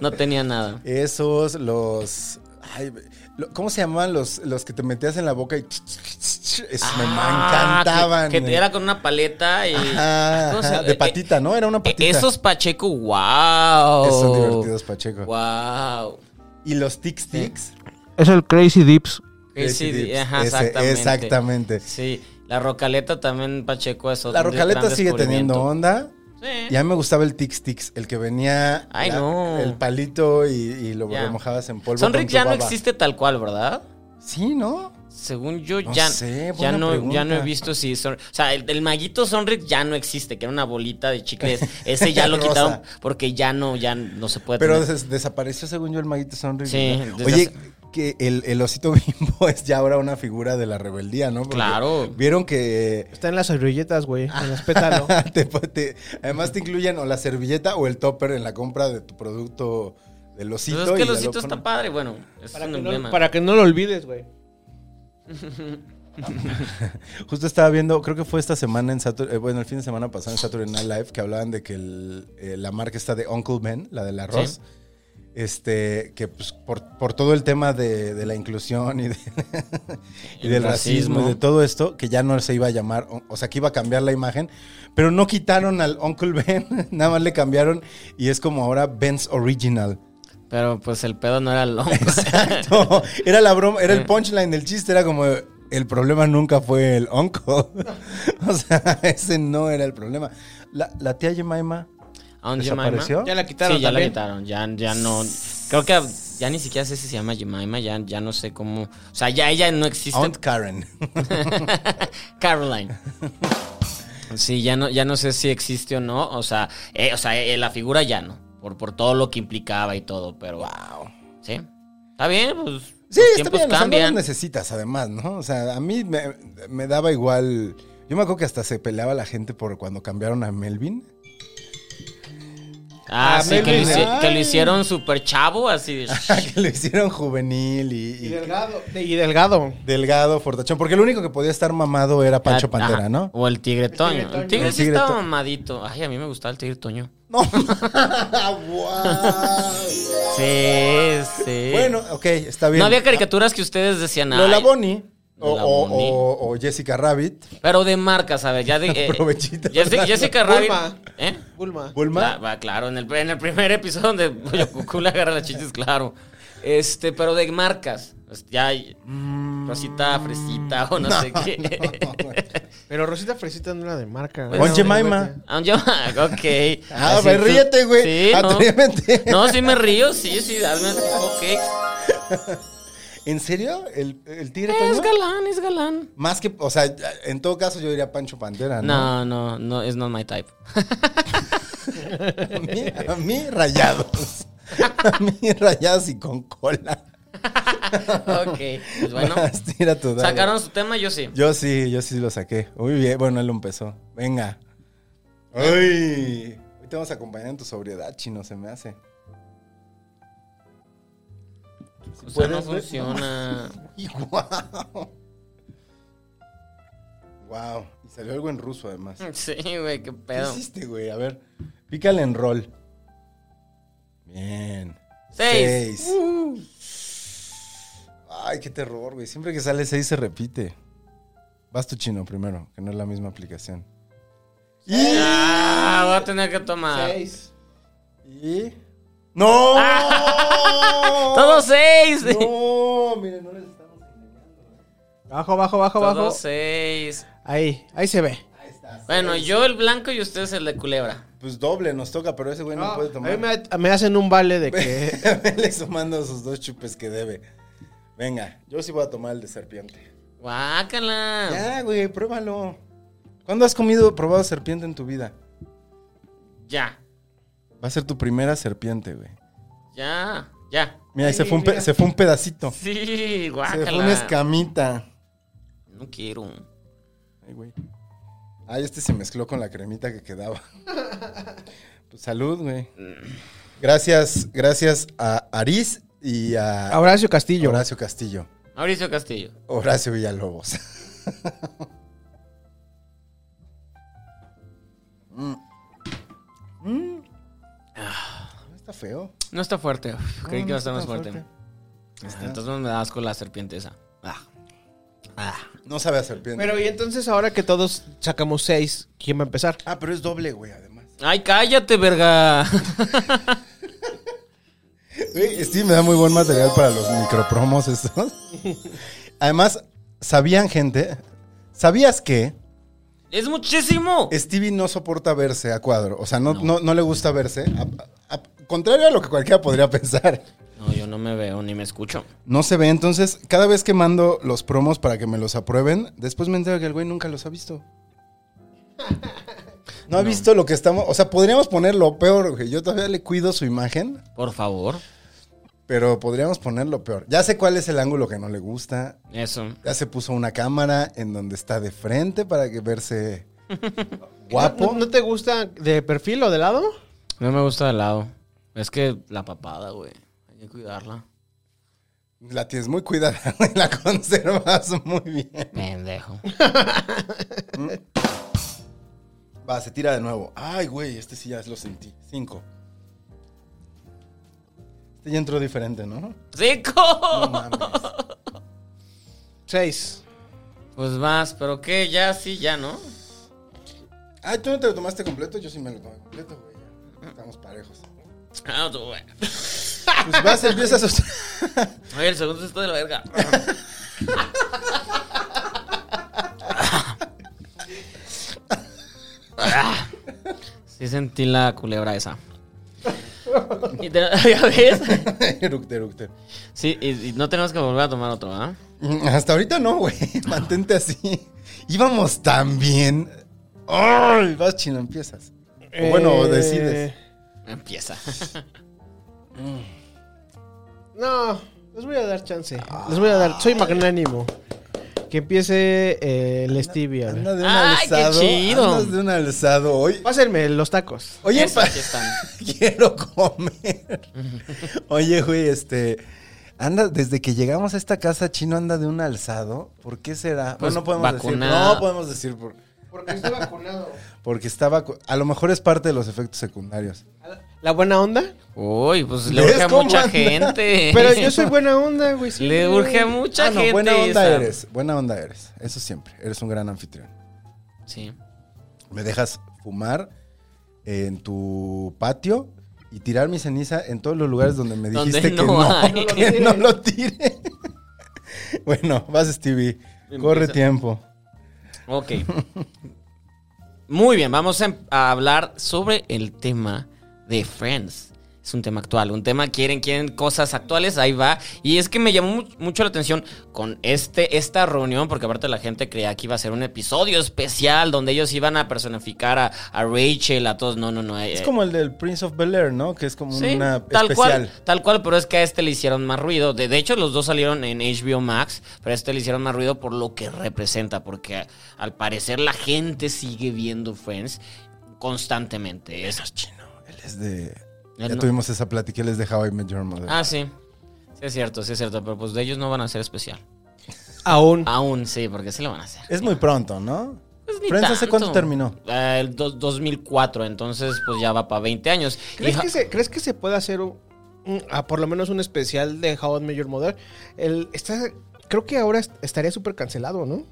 No tenía nada.
Esos, los. ay, lo- ¿Cómo se llamaban los, los que te metías en la boca y. Esos me
Ah, que-
encantaban.
Que,
güey.
era con una paleta y.
Ajá,
¿cómo se
ajá,
llama?
de
Eh,
patita, ¿no? Era una
eh,
patita.
Esos Pacheco, wow.
Esos son divertidos, Pacheco.
Wow.
Y los tic tics.
Es el Crazy Dips.
Crazy
Crazy
Eh, Di-
Dips.
ajá,
Ese,
exactamente.
exactamente.
Sí, la rocaleta también, Pacheco, eso.
La rocaleta sigue teniendo onda.
Sí.
Y a mí me gustaba el tic tics, el que venía
Ay,
la-
no.
el palito y, y lo
Ya.
remojabas en polvo. con
Sonrix
tu
ya no
baba.
existe tal cual, ¿verdad?
Sí, ¿no?
Según yo,
No
ya,
sé,
ya,
buena
no, ya no
pregunta.
he visto si... Son, o sea, el, el maguito Sonrix ya no existe, que era una bolita de chicles. Ese ya lo
Rosa.
quitaron porque ya no, ya no se puede
Pero
tener.
des- desapareció según yo el maguito Sonrix.
Sí,
¿verdad?
desde
Oye,
hace-
que el, el osito bimbo es ya ahora una figura de la rebeldía, ¿no? Porque
Claro.
Vieron que...
Está en las servilletas, güey. En las pétalo.
te- te- además te incluyen o la servilleta o el topper en la compra de tu producto del osito.
Entonces Pues es que
y
el
ya
osito
lo
está
ponen.
padre, bueno, es
para,
un
que
emblema.
no, para que no lo olvides, güey.
Justo estaba viendo, creo que fue esta semana en Saturday, bueno, el fin de semana pasado en Saturday Night Live, que hablaban de que el- eh, la marca está de Uncle Ben, la del arroz.
Sí.
Este, que pues, por, por todo el tema de, de la inclusión y, de- y
El
del racismo.
racismo.
y de todo esto, que ya no se iba a llamar, o- o sea, que iba a cambiar la imagen, pero no quitaron al Uncle Ben, nada más le cambiaron y es como ahora Ben's Original.
Pero pues el pedo no era el hongo.
Exacto. Era la broma, era el punchline del chiste, era como el problema nunca fue el uncle. o sea, ese no era el problema. La, la tía Jemima
Aún Jemima.
desapareció.
Ya la quitaron
Sí, ya la
también.
quitaron, ya, ya no... Creo que ya ni siquiera sé si se llama Jemima, ya, ya no sé cómo... O sea, ya ella no existe.
Aunt Karen.
Caroline. Sí, ya no, ya no sé si existe o no. O sea, eh, o sea eh, la figura ya no. Por, por todo lo que implicaba y todo, pero. Wow. Sí. Está bien, pues.
Sí,
los
está bien.
tiempos
o sea, no
cambian.
lo necesitas, además, ¿no? O sea, a mí me, me daba igual. Yo me acuerdo que hasta se peleaba la gente por cuando cambiaron a Melvin.
ah,
Ah,
sí, que lo,
Melvin,
¿eh?
hici-
ay.
que lo hicieron súper chavo, así de.
que lo hicieron juvenil y,
Y
y
delgado. Y delgado.
delgado, fortachón. Porque el único que podía estar mamado era Pancho
Ah,
Pantera,
ajá.
¿no?
O el tigre Toño. El tigre
El
sí
Tigre
estaba
Toño.
mamadito. Ay, a mí me gustaba el tigre Toño.
No. ¡Guau!
Sí, sí.
Bueno, ok, está bien.
No había caricaturas que ustedes decían
Ah, Lola
"Ay",
Bunny. O,
Lola
o-
Bunny.
o- o Jessica Rabbit.
Pero de marcas, a ver, ya de. eh,
Provechita.
Jessica, Jessica Rabbit.
Bulma.
¿Eh?
Bulma.
Bulma.
Cla- va, claro, en el, en el primer episodio donde Pollo Cucú le agarra las chichis, claro. Este, pero de marcas. Pues, ya hay
Mm.
Rosita, Fresita o no, sé qué.
Pero Rosita Fresita no era de marca.
Bueno,
Era de
Jemima.
juguete.
Ah, yo- ok.
Ah,
Así
pues
tú-
ríete, güey. Ah,
Sí,
Atrévete.
no. no, sí me río, sí, sí, hazme ok.
¿En serio? ¿El, el tigre
Es
Toño?
galán, es galán.
Más que, o sea, en todo caso yo diría Pancho Pantera, Ah, ¿no?
No, no, no, es not my type.
A, mí, a mí, rayados. A mí rayados y con cola.
Ok, pues bueno.
Tira tu dado.
Sacaron su tema, yo sí.
Yo sí, yo sí lo saqué. Muy bien, bueno, él lo empezó. Venga. Ay. Hoy te vamos a acompañar en tu sobriedad, chino, se me hace.
O sea, no
puedes ver.
funciona.
Y wow. Wow. Y salió algo en ruso además.
Sí, güey, qué
¿Qué
pedo.
hiciste, güey? A ver. Pícale en roll. Bien.
Seis.
Ay, qué terror, güey. Siempre que sale seis se repite. Vas tu chino primero, que no es la misma aplicación. Y.
Ah, voy a tener que tomar.
Seis.
y... ¡No!
Todos seis.
No, miren, no les estamos engañando.
Bajo, bajo, bajo, bajo.
Todos seis.
Ahí, ahí se ve.
eh. Ahí está.
Bueno, yo el blanco y ustedes el de culebra.
Pues doble nos toca, pero ese güey no, puede
Ah, a mí
tomar.
me, me hacen un vale de que.
Vele sumando sus dos chupes que debe. Venga, yo sí voy a tomar el de serpiente.
Ah.
Guácala.
Ya, güey, pruébalo. ¿Cuándo has comido, probado serpiente en tu vida?
Ya.
Va a ser tu primera serpiente, güey.
Ya. Ya.
Mira, ahí se, fue un pe- se fue un pedacito.
Sí,
Se fue una
guácala.
escamita.
No quiero.
Ay, güey. Ay, este se mezcló con la cremita que quedaba. Pues salud, güey. Gracias, gracias a Aris y a
A Horacio Castillo.
Horacio Castillo.
Mauricio Castillo.
Horacio Villalobos. Mm. Mm. No Ah, Está feo.
No está fuerte. Uf, Creí
No,
que iba
no
a estar
Mm, está
más
tan
fuerte. Ah, Entonces me da asco la serpiente esa. Ah. Ah.
No sabe a serpiente.
Pero y entonces ahora que todos sacamos seis, ¿quién va a empezar?
Ah, pero es doble, güey, además.
Ay, cállate, verga.
Güey, sí, me da muy buen material para los micropromos estos. Además, ¿sabían, gente? ¿Sabías que
es muchísimo.
Stevie no soporta verse a cuadro? O sea, no, no. no le gusta verse. A- a- a- contrario a lo que cualquiera podría pensar.
No, yo no me veo ni me escucho.
No se ve, entonces cada vez que mando los promos para que me los aprueben, después me entero que el güey nunca los ha visto. No ha visto lo que estamos, o sea, podríamos poner lo peor, güey. Yo todavía le cuido su imagen,
Por favor.
pero podríamos poner lo peor. Ya sé cuál es el ángulo que no le gusta.
Eso.
Ya se puso una cámara en donde está de frente para que verse guapo.
¿No, no te gusta de perfil o de lado?
No me gusta de lado. Es que la papada, güey. Hay que cuidarla.
La tienes muy cuidada, güey, la conservas muy bien.
Pendejo.
Va, se tira de nuevo. Ay, güey, este sí ya lo sentí. Cinco. Este ya entró diferente, ¿no? No
¡Cinco!
mames.
Seis.
Pues más, pero qué, ya sí, ya, ¿no?
Ay, ¿tú no te lo tomaste completo? Yo sí me lo tomé completo, güey. ya. Estamos parejos.
Ah, tú, güey.
Pues vas, empiezas a...
Oye, el segundo está de la verga. Sí sentí la culebra esa. Y te- ¿Ya ves?
Eructe, eructe.
Sí, y, y no tenemos que volver a tomar otro, ¿ah?
Mm, Hasta ahorita no, güey. Mantente así. Íbamos tan bien. ¡Ay! Vas, chino, empiezas. O bueno,
Eh,
decides.
Empieza.
No, les voy a dar chance. Les voy a dar. Soy magnánimo. Que empiece eh, el Stevie. a ver.
Anda de un
Ay, qué
alzado.
chido.
Andas de un alzado hoy.
Pásenme los tacos.
Oye,
Eso,
pa-
aquí están.
quiero comer. Oye, güey, este. Anda, desde que llegamos a esta casa, Chino anda de un alzado. ¿Por qué será?
Pues,
Bueno, no podemos
vacunado.
decir. No podemos decir por-
Porque estoy vacunado.
porque estaba. A lo mejor es parte de los efectos secundarios.
¿La buena onda?
Uy, pues le
¿Ves
urge a
cómo
mucha
anda?
gente.
Pero yo soy buena onda, güey. sí.
Eh. Le urge a mucha
Ah, no,
gente.
buena onda
esa.
eres. Buena onda eres. Eso siempre. Eres un gran anfitrión.
Sí.
Me dejas fumar en tu patio y tirar mi ceniza en todos los lugares donde me
Donde
dijiste
no hay.
que, no, que no lo tire. bueno, vas, Stevie. Corre
Empieza.
tiempo.
Ok. Muy bien, vamos a, em, a hablar sobre el tema de Friends. Es un tema actual, un tema quieren, quieren cosas actuales, ahí va. Y es que me llamó mu- mucho la atención con este, esta reunión, porque aparte la gente creía que iba a ser un episodio especial donde ellos iban a personificar a, a Rachel, a todos. No, no, no. eh,
Es
eh,
como el del Prince of Bel Air, ¿no? Que es como
Sí,
una
tal
especial.
cual, tal cual, pero es que a este le hicieron más ruido. De, de hecho, los dos salieron en HBO Max, pero a este le hicieron más ruido por lo que representa, porque a- al parecer la gente sigue viendo Friends constantemente. Es-
Él es de.
Él
ya
no-
tuvimos esa plática, él es de How I Met Your Mother.
Ah, sí. Sí, es cierto, sí, es cierto, pero pues de ellos no van a ser especial.
Aún.
Aún sí, porque sí lo van a hacer.
Es muy pronto, ¿no?
Pues ni
Friends, ¿hace cuánto
tanto.
terminó?
Eh, el dos- 2004, entonces pues ya va para 20 años.
¿Crees
Y-
que, se, ¿Crees que se puede hacer un, un- ah, por lo menos un especial de How I Met Your Mother? El, está, creo que ahora est- estaría súper cancelado, ¿no?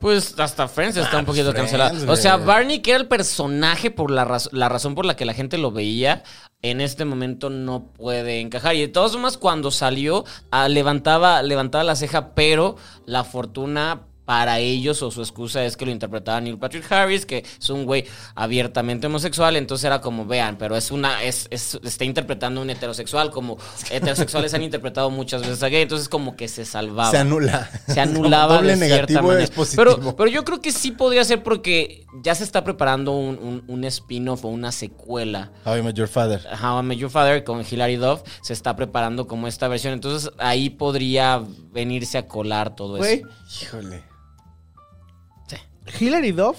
Pues hasta Friends está un poquito
Ah, Friends,
cancelado. O sea,
güey.
Barney, que era el personaje por la, raz- la razón por la que la gente lo veía, en este momento no puede encajar. Y de todas formas, cuando salió, ah, levantaba, levantaba la ceja, pero la fortuna para ellos o su excusa es que lo interpretaba Neil Patrick Harris, que es un güey abiertamente homosexual, entonces era como, vean, pero es una, es, es- está interpretando un heterosexual, como heterosexuales han interpretado muchas veces a gay, entonces como que se salvaba
Se anula.
se anulaba
Doble
de cierta
negativo
manera.
es positivo.
Pero, pero yo creo que sí podría ser porque ya se está preparando un, un- un spin-off o una secuela.
How I Met Your Father.
How I Met Your Father con Hilary Duff se está preparando como esta versión. Entonces ahí Pues podría venirse a colar todo
Güey,
eso.
Híjole.
Sí.
Hilary Duff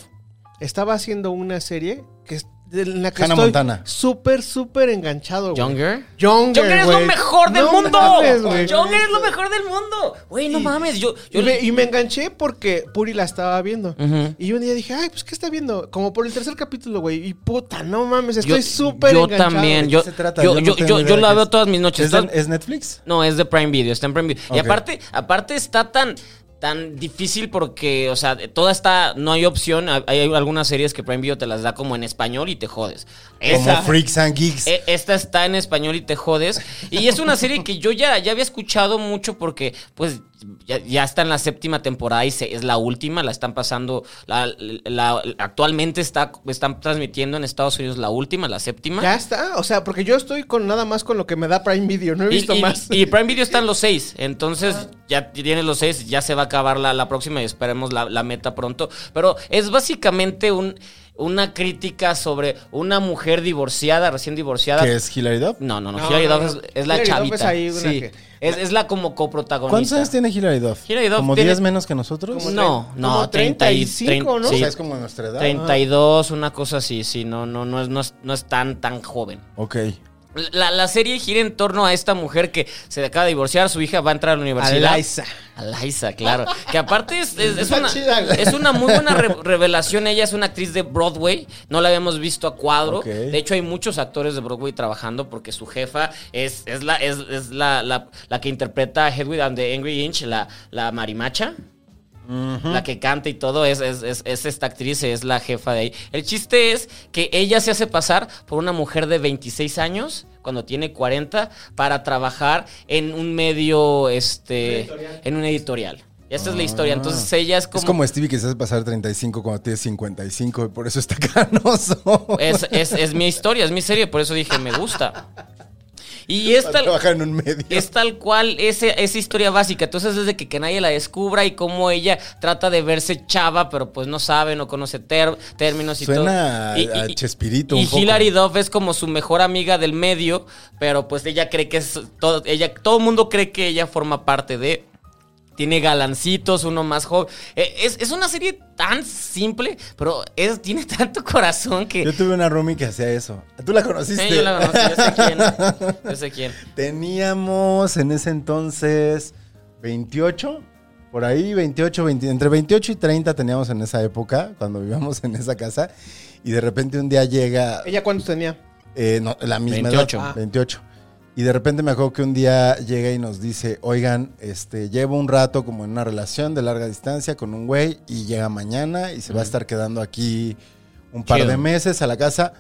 estaba haciendo una serie que es- en la que
Hannah
estoy
Montana.
súper, súper enganchado, güey.
¿Younger?
Younger,
Younger es lo
güey.
mejor del
No
mundo.
mames, güey.
Younger es lo mejor del mundo. Güey, no
Y-
mames. Yo, yo
Y me, y me enganché porque Puri la estaba viendo.
Ujú.
Y un día dije, ay, pues, ¿qué está viendo? Como por el tercer capítulo, güey. Y puta, no mames,
yo-
estoy súper
Yo
enganchado.
también.
¿De qué
Yo,
se trata?
yo,
Yo no
yo,
tengo
yo-
idea
yo
de
la
qué
veo
es.
todas mis noches.
¿Es, de-
Está-
es Netflix?
No, es de Prime Video, está en Prime Video. Y
Ok.
aparte, aparte está tan, tan difícil porque, o sea, toda está, no hay opción. Hay- Hay algunas series que Prime Video te las da como en español y te jodes. Esa-
Como Freaks and Geeks.
e- Esta está en español y te jodes. Y es una serie que yo ya, ya había escuchado mucho porque, pues, ya, ya está en la séptima temporada y se- es la última. La están pasando. la- la- actualmente está, están transmitiendo en Estados Unidos la última, la séptima.
Ya está. O sea, porque yo estoy con nada más con lo que me da Prime Video. No he
Y-
visto
y,
más. Ah.
y Prime Video están los seis. Entonces, ya tienes los seis, ya se va a acabar la, la próxima y esperemos la, la meta pronto. Pero es básicamente un, una crítica sobre una mujer divorciada, recién divorciada.
que es Hilary Duff.
No, no, no.
No,
Hilary
no,
Duff
no.
es, es la
Hilary Duff
chavita.
es ahí una
sí.
que-
es, es la como coprotagonista.
¿Cuántos años tiene Hilary Duff?
Hilary Duff
¿Como
tiene-
10 menos que nosotros?
Como
No,
tre-
no,
como
30 y
35, ¿no?
O
sí,
sea, es como nuestra edad.
32, una cosa así, sí, no, no, no es, no es, no es tan, tan joven.
Ok.
La, la serie gira en torno a esta mujer que se acaba de divorciar, su hija va a entrar a la universidad.
Eliza.
Alaisa, claro. Que aparte es, es- es
Está
una,
chida, güey.
es una muy buena re- revelación. Ella es una actriz de Broadway. No la habíamos visto a cuadro.
Ok.
De hecho, hay muchos actores de Broadway trabajando porque su jefa es, es, la, es, es la, la- la que interpreta a Hedwig and the Angry Inch, la, la marimacha. La que canta y todo es, es- es- es esta actriz, es la jefa de ahí. El chiste es que ella se hace pasar por una mujer de 26 años cuando tiene 40 para trabajar en un medio, este, en un editorial. Y esta es la historia. Entonces ella Ah. es como...
Es como Stevie que se hace pasar 35 cuando tiene 55 y por eso está canoso.
es, es- es mi historia, es mi serie, por eso dije, me gusta. Y esta...
Trabaja en un medio.
Es tal cual ese, esa historia básica. Entonces, desde que, que nadie la descubra y cómo ella trata de verse chava, pero pues no sabe, no conoce ter- términos y
Suena
todo.
a- a Chespirito
Y
un poco.
Hilary Duff es como su mejor amiga del medio, pero pues ella cree que es todo, ella, todo el mundo cree que ella forma parte de. Tiene galancitos, uno más joven. Eh, Es, es una serie tan simple, pero es, tiene tanto corazón que.
Yo tuve una roomie que hacía eso. ¿Tú la conociste?
Sí, Eh, yo la conozco, yo sé quién. Yo sé quién.
Teníamos en ese entonces 28, por ahí 28, 20 entre 28 y 30 teníamos en esa época, cuando vivíamos en esa casa, y de repente un día llega
¿Ella cuántos tenía?
eh, no, la misma
28.
edad, 28. Y de repente me acuerdo que un día llega y nos dice, oigan, este, llevo un rato como en una relación de larga distancia con un güey y llega mañana y se va a estar quedando aquí un par
Chido.
de meses a la casa.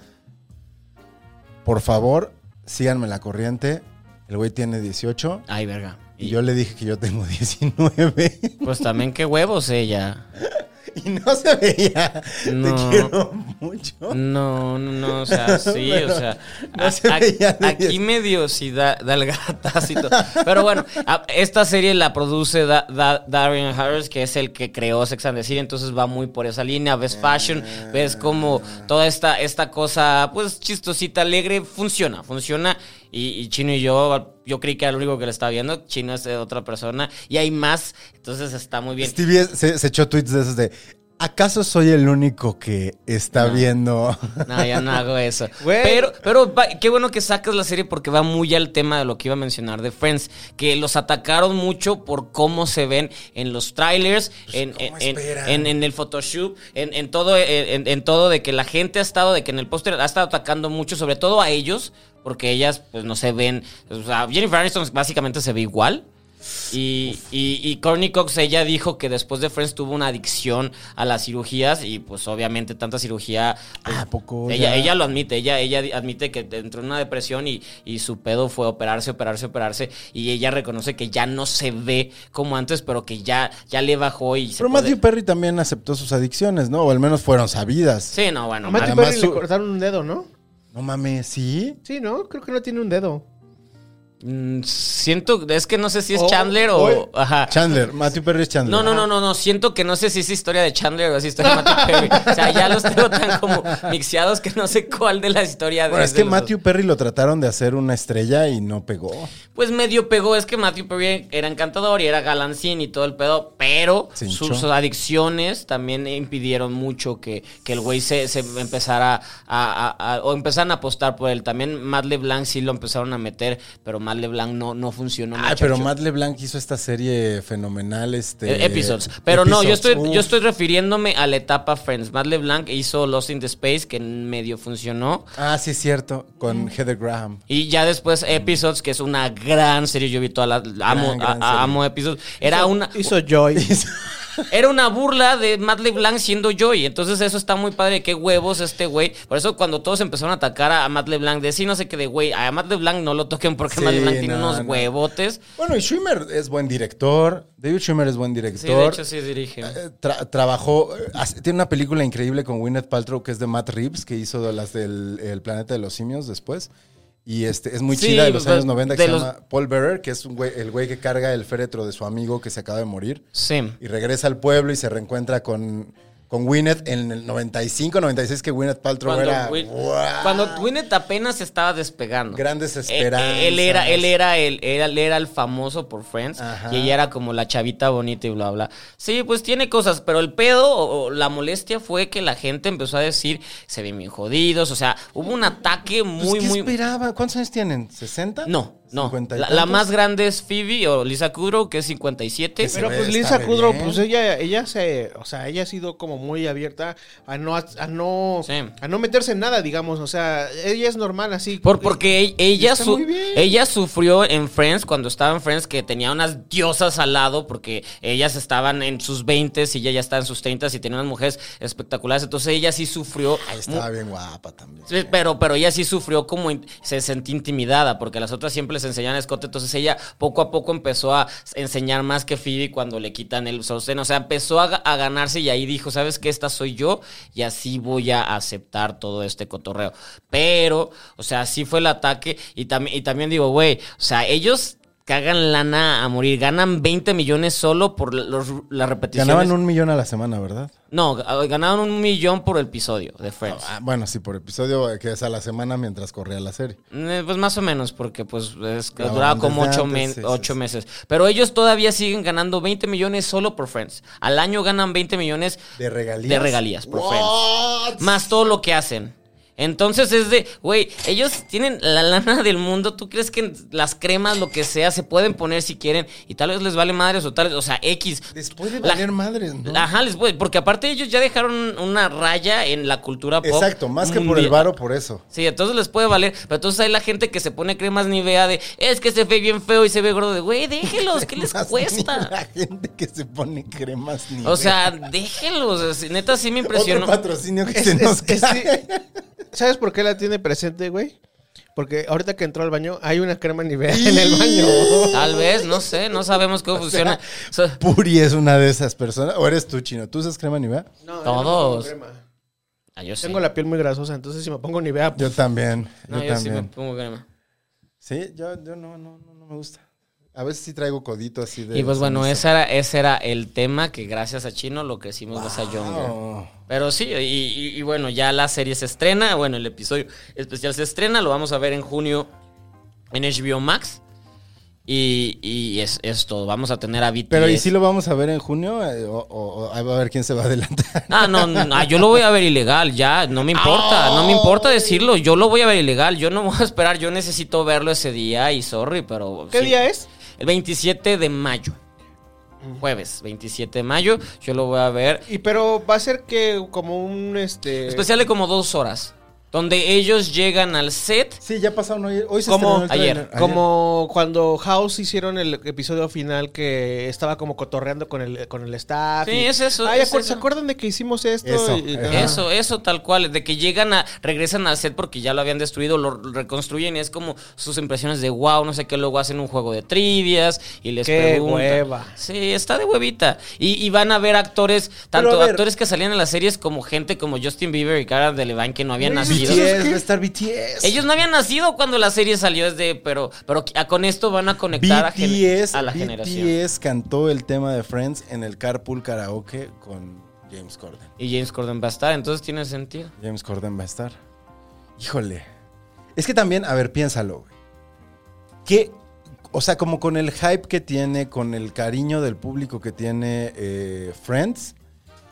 Por favor, síganme la corriente. El güey tiene 18
Ay, verga.
y yo le dije que yo tengo 19
Pues también qué huevos ella.
y no se veía.
No.
Te quiero mucho.
No, no, no, o sea, sí, o sea,
No
a-
se
a-
veía de
aquí
diez.
medio sí da, da el gatacito. Pero bueno, a- esta serie la produce Da- Da- Darren Harris, que es el que creó Sex and the City, entonces va muy por esa línea, ves fashion, ves como toda esta, esta cosa, pues chistosita, alegre, funciona, funciona. Y, y Chino y yo, yo creí que era el único que la estaba viendo, Chino es eh, otra persona, y hay más, entonces está muy bien.
Stevie es- se, se echó tweets de esos de ¿Acaso soy el único que está viendo?
No, yo no hago eso.
Güey.
Pero, pero va- qué bueno que sacas la serie porque va muy al tema de lo que iba a mencionar de Friends, que los atacaron mucho por cómo se ven en los trailers, en,
Pues, ¿cómo
en- en-
esperan?
en- en el Photoshop, en, en todo, en, en todo de que la gente ha estado, de que en el póster ha estado atacando mucho, sobre todo a ellos, porque ellas pues no se ven, o sea, Jennifer Aniston básicamente se ve igual. Y, y, y Courtney Cox, ella dijo que después de Friends tuvo una adicción a las cirugías y pues obviamente tanta cirugía... pues,
¿A poco
Ella,
Oh, ya?
ella lo admite, ella, ella di- admite que entró en una depresión y, y su pedo fue operarse, operarse, operarse y ella reconoce que ya no se ve como antes, pero que ya, ya le bajó y se
Pero
puede-
Matthew Perry también aceptó sus adicciones, ¿no? O al menos fueron sabidas.
Sí, no, bueno.
A Matthew
además
Perry le
su-
cortaron un dedo, ¿no?
No mames, ¿sí?
Sí, ¿no? Creo que no tiene un dedo.
Mm, Siento, es que no sé si es
O-
Chandler o...
o-
ajá.
Chandler, Matthew Perry es Oh, Chandler.
No, no, no, no, no, siento que no sé si es historia de Chandler o es historia de Matthew Perry. O sea, ya los tengo tan como mixeados que no sé cuál de la historia de
Bueno, es
de
que
los dos.
Matthew Perry lo trataron de hacer una estrella y no pegó.
Pues medio pegó, es que Matthew Perry era encantador y era galancín y todo el pedo, pero
Se hinchó.
sus adicciones también impidieron mucho que, que el güey se, se empezara a, a- a- o empezaran a apostar por él. También Matt LeBlanc sí lo empezaron a meter, pero Matt LeBlanc no, no funcionó.
Ay,
muchacho.
pero Matt LeBlanc hizo esta serie fenomenal, este...
Eh, Episodes. Pero no, yo
Episodes.
estoy, yo
Uf.
estoy refiriéndome a la etapa Friends. Matt LeBlanc hizo Lost in the Space, que medio funcionó.
Ah, sí, es cierto, con Heather Graham.
Y ya después Episodes, que es una gran serie. Yo vi toda la. Amo,
Mm. Gran, gran
a- a-
serie.
amo Episodes. Era una.
Hizo Joy.
Era una burla de Matt LeBlanc siendo Joy. Entonces eso está muy padre. Qué huevos este güey. Por eso cuando todos empezaron a atacar a, a Matt LeBlanc, de sí no sé qué de güey. A Matt LeBlanc no lo toquen porque
Sí,
Matt LeBlanc tiene
no,
unos
no.
huevotes.
Bueno, y Schumer es buen director. David Schumer es buen
Sí, de
director.
hecho sí dirige.
Eh, tra- trabajó, eh, hace- tiene una película increíble con Gwyneth Paltrow que es de Matt Reeves, que hizo de las del el planeta de los simios después. Y este, es muy
Sí,
chida de los
pues,
años 90 que
de
se
los-
llama Paul Bearer, que es un güey- el güey que carga el féretro de su amigo que se acaba de morir.
Sí.
Y regresa al pueblo y se reencuentra con, con Gwyneth en el 95, 96, que Gwyneth Paltrow
Cuando,
era...
Win-
¡guau!
cuando Gwyneth apenas estaba despegando.
Grandes
Eh, eh,
esperanzas.
Él era, él era el, era, él era el famoso por Friends.
Ajá.
Y ella era como la chavita bonita y bla bla. Sí, pues tiene cosas, pero el pedo o, o la molestia fue que la gente empezó a decir se ven bien jodidos. O sea, hubo un ataque
Pues,
muy,
¿qué
muy.
esperaba? ¿Cuántos años tienen? ¿60?
No, no.
50 y
La, la
tantos.
más grande es Phoebe o Lisa Kudrow, que es 57.
se
Pero
ve,
pues
está
Lisa
re
Kudrow,
bien.
pues ella, ella se, o sea, ella ha sido como muy abierta a no, a no,
Sí.
a no meterse en nada, digamos. O sea, ella es normal así.
Por, porque e- ella,
Está
su-
muy bien.
ella sufrió en Friends, cuando estaba en Friends, que tenía unas diosas al lado, porque ellas estaban en sus 20 y ella ya estaba en sus 30 y tenía unas mujeres espectaculares. Entonces ella sí sufrió.
Ay, estaba bien guapa también.
Sí, Pero, pero ella sí sufrió como in- se sentía intimidada porque las otras siempre les enseñan escote, entonces ella poco a poco empezó a enseñar más que Phoebe cuando le quitan el sostén, o sea, empezó a, ga- a ganarse y ahí dijo, ¿sabes qué? Esta soy yo y así voy a aceptar todo este cotorreo. Pero, o sea, sí fue el ataque y, también y también digo, güey, o sea, ellos cagan lana a morir, ganan 20 millones solo por los, las repeticiones.
Ganaban un millón a la semana, ¿verdad?
No, ga- ganaban un millón por episodio de Friends.
Ah, bueno, sí, por episodio eh, que es a la semana mientras corría la serie.
Eh, Pues más o menos, porque pues es que
Grababan
duraba como
desde
ocho,
antes,
men-
sí, sí,
ocho
sí.
meses. Pero ellos todavía siguen ganando 20 millones solo por Friends. Al año ganan 20 millones
De regalías.
de regalías por Friends. Más todo lo que hacen. Entonces es de, güey, ellos tienen la lana del mundo. ¿Tú crees que las cremas, lo que sea, se pueden poner si quieren? Y tal vez les vale madres o tal vez, o sea, X.
Después de
La-
valer madres, ¿no?
Ajá, les puede, porque aparte ellos ya dejaron una raya en la cultura pop.
Exacto, más que por el
mundial.
varo, por eso.
Sí, entonces les puede valer. Pero entonces hay la gente que se pone cremas Nivea de es que se ve bien feo y se ve gordo. De güey, déjenlos, ¿qué les
Más ni La
cuesta?
gente que se pone cremas ni.
O sea, déjenlos. así, Neta, sí me
otro
impresionó.
patrocinio que
Es-
se
es-
nos
es-
cae.
¿Sabes por qué la tiene presente, güey? Porque ahorita que entró al baño, hay una crema nivel en el baño.
Tal vez, no sé, no sabemos cómo funciona. O sea,
Puri es una de esas personas. ¿O eres tú, chino? ¿Tú usas crema Nivea?
No,
Todos.
yo no pongo crema.
ah, yo sí.
Tengo la piel muy grasosa, entonces si me pongo Nivea,
Yo también.
No,
yo,
yo sí me
también.
pongo crema.
Sí, yo, yo no, no, no, no me gusta. A veces sí traigo codito así de.
Y pues bueno,
ceniza.
ese era, ese era el tema que gracias a Chino lo que hicimos gracias a John.
Oh.
Pero sí, y, y- y bueno, ya la serie se estrena, bueno, el episodio especial se estrena, lo vamos a ver en junio en HBO Max. Y, y es, es todo, vamos a tener a BTS.
Pero ¿y si lo vamos a ver en junio? Eh, o, o- o- a ver quién se va a adelantar.
Ah, no, no, ah, yo lo voy a ver ilegal, ya, no me importa, no me importa decirlo, yo lo voy a ver ilegal, yo no voy a esperar, yo necesito verlo ese día y sorry, pero...
¿qué
sí.
día es?
El 27 de mayo. Jueves, 27 de mayo, yo lo voy a ver.
Y pero va a ser que como un este
Especial de como dos horas, donde ellos llegan al set.
Sí, ya pasaron hoy. Hoy se
Como-
estrenó el tráiler.
ayer,
Como cuando House hicieron el episodio final que estaba como cotorreando con el, con el staff.
Sí,
y-
es eso,
Ay,
es
acuer-
eso.
¿Se acuerdan de que hicimos esto?
Eso,
Y- y-
eso.
ajá.
Eso, eso tal cual, de que llegan a, regresan al set porque ya lo habían destruido, lo reconstruyen y es como sus impresiones de wow, no sé qué, luego hacen un juego de trivias y les
Qué
preguntan.
hueva.
Sí, está de huevita. Y, y van a ver actores, tanto
a ver-
actores que salían en las series como gente como Justin Bieber y Cara Delevingne que no habían nacido.
BTS, va a estar BTS.
Ellos no habían nacido cuando la serie salió, es de, pero, pero a- con esto van a conectar a, gen-
BTS,
a la generación.
BTS cantó el tema de Friends en el Carpool Karaoke con James Corden.
Y James Corden va a estar, entonces tiene sentido.
James Corden va a estar. Híjole. Es que también, a ver, piénsalo, güey. ¿Qué? o sea, como con el hype que tiene, con el cariño del público que tiene eh, Friends,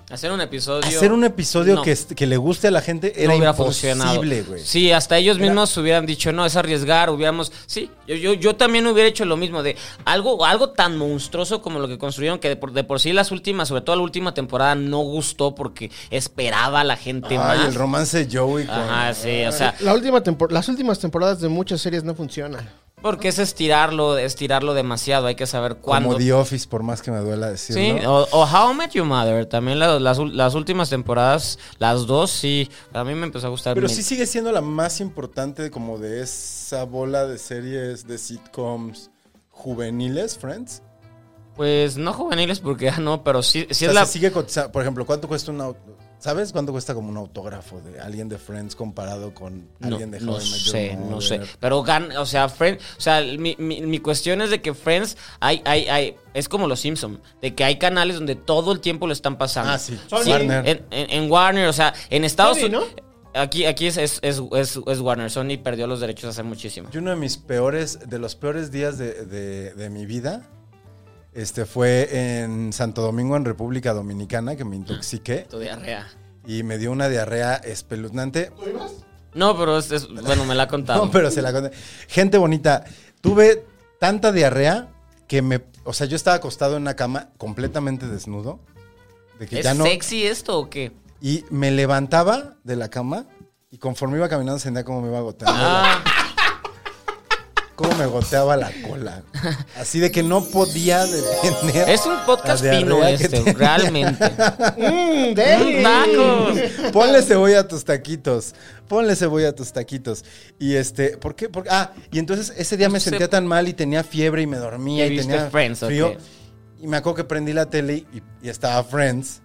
Hacer un episodio.
hacer un episodio
No.
que, est- que le guste a la gente
no
era
hubiera
imposible,
funcionado.
güey.
Sí, hasta ellos mismos hubieran dicho, no, es arriesgar, hubiéramos... Sí, yo, yo, yo también hubiera hecho lo mismo, de algo, algo tan monstruoso como lo que construyeron, que de por, de por sí las últimas, sobre todo la última temporada, no gustó porque esperaba a la gente
Ay,
más.
el romance de Joey con...
Ajá, sí, o sea,
La última tempor- las últimas temporadas de muchas series no funcionan.
porque es estirarlo, estirarlo demasiado, hay que saber cuándo.
Como The Office, por más que me duela
Sí,
decirlo.
o, o How I Met Your Mother, también la- las, ul- las últimas temporadas, las dos, sí, a mí me empezó a gustar.
Pero
mi-
sí sigue siendo la más importante como de esa bola de series de sitcoms juveniles, Friends.
Pues no juveniles porque ah, no, pero sí, sí
O sea,
es la...
se sigue cotiza- por ejemplo, ¿cuánto cuesta un auto? ¿Sabes cuánto cuesta como un autógrafo de alguien de Friends comparado con
No,
alguien de
no
How I Met Your
sé, no
Mother?
sé. Pero gan, o sea, Friends, o sea, mi, mi- mi cuestión es de que Friends hay, hay, hay, es como los Simpson, de que hay canales donde todo el tiempo lo están pasando.
Ah, sí.
Sí,
Warner.
En, en- en Warner, o sea, en Estados
Sony,
Unidos. Aquí, aquí es, es, es- es- es Warner. Sony perdió los derechos hace muchísimo.
Y uno de mis peores, de los peores días de, de- de mi vida, este fue en Santo Domingo, en República Dominicana, que me intoxiqué
Tu diarrea.
y me dio una diarrea espeluznante.
No, pero es, es- bueno, me la ha contado.
No, pero se la conté. Gente bonita, tuve tanta diarrea que me. O sea, yo estaba acostado en una cama completamente desnudo. De que
¿Es
ya no.
sexy esto o qué?
Y me levantaba de la cama y conforme iba caminando sentía como me iba goteando. la-
Ah,
Cómo me goteaba la cola. Así de que no podía detener.
es un podcast
la diarrea
fino
que
este,
tenía.
realmente.
Mm,
Mm,
Deli.
tacos.
Ponle cebolla a tus taquitos. Ponle cebolla a tus taquitos. Y este, ¿por qué? Porque, ah, y entonces ese día me
Se-
sentía tan mal y tenía fiebre y me dormía
¿Y
y
viste
tenía
Friends, o
frío.
qué?
Y me acuerdo que prendí la tele y, y estaba Friends.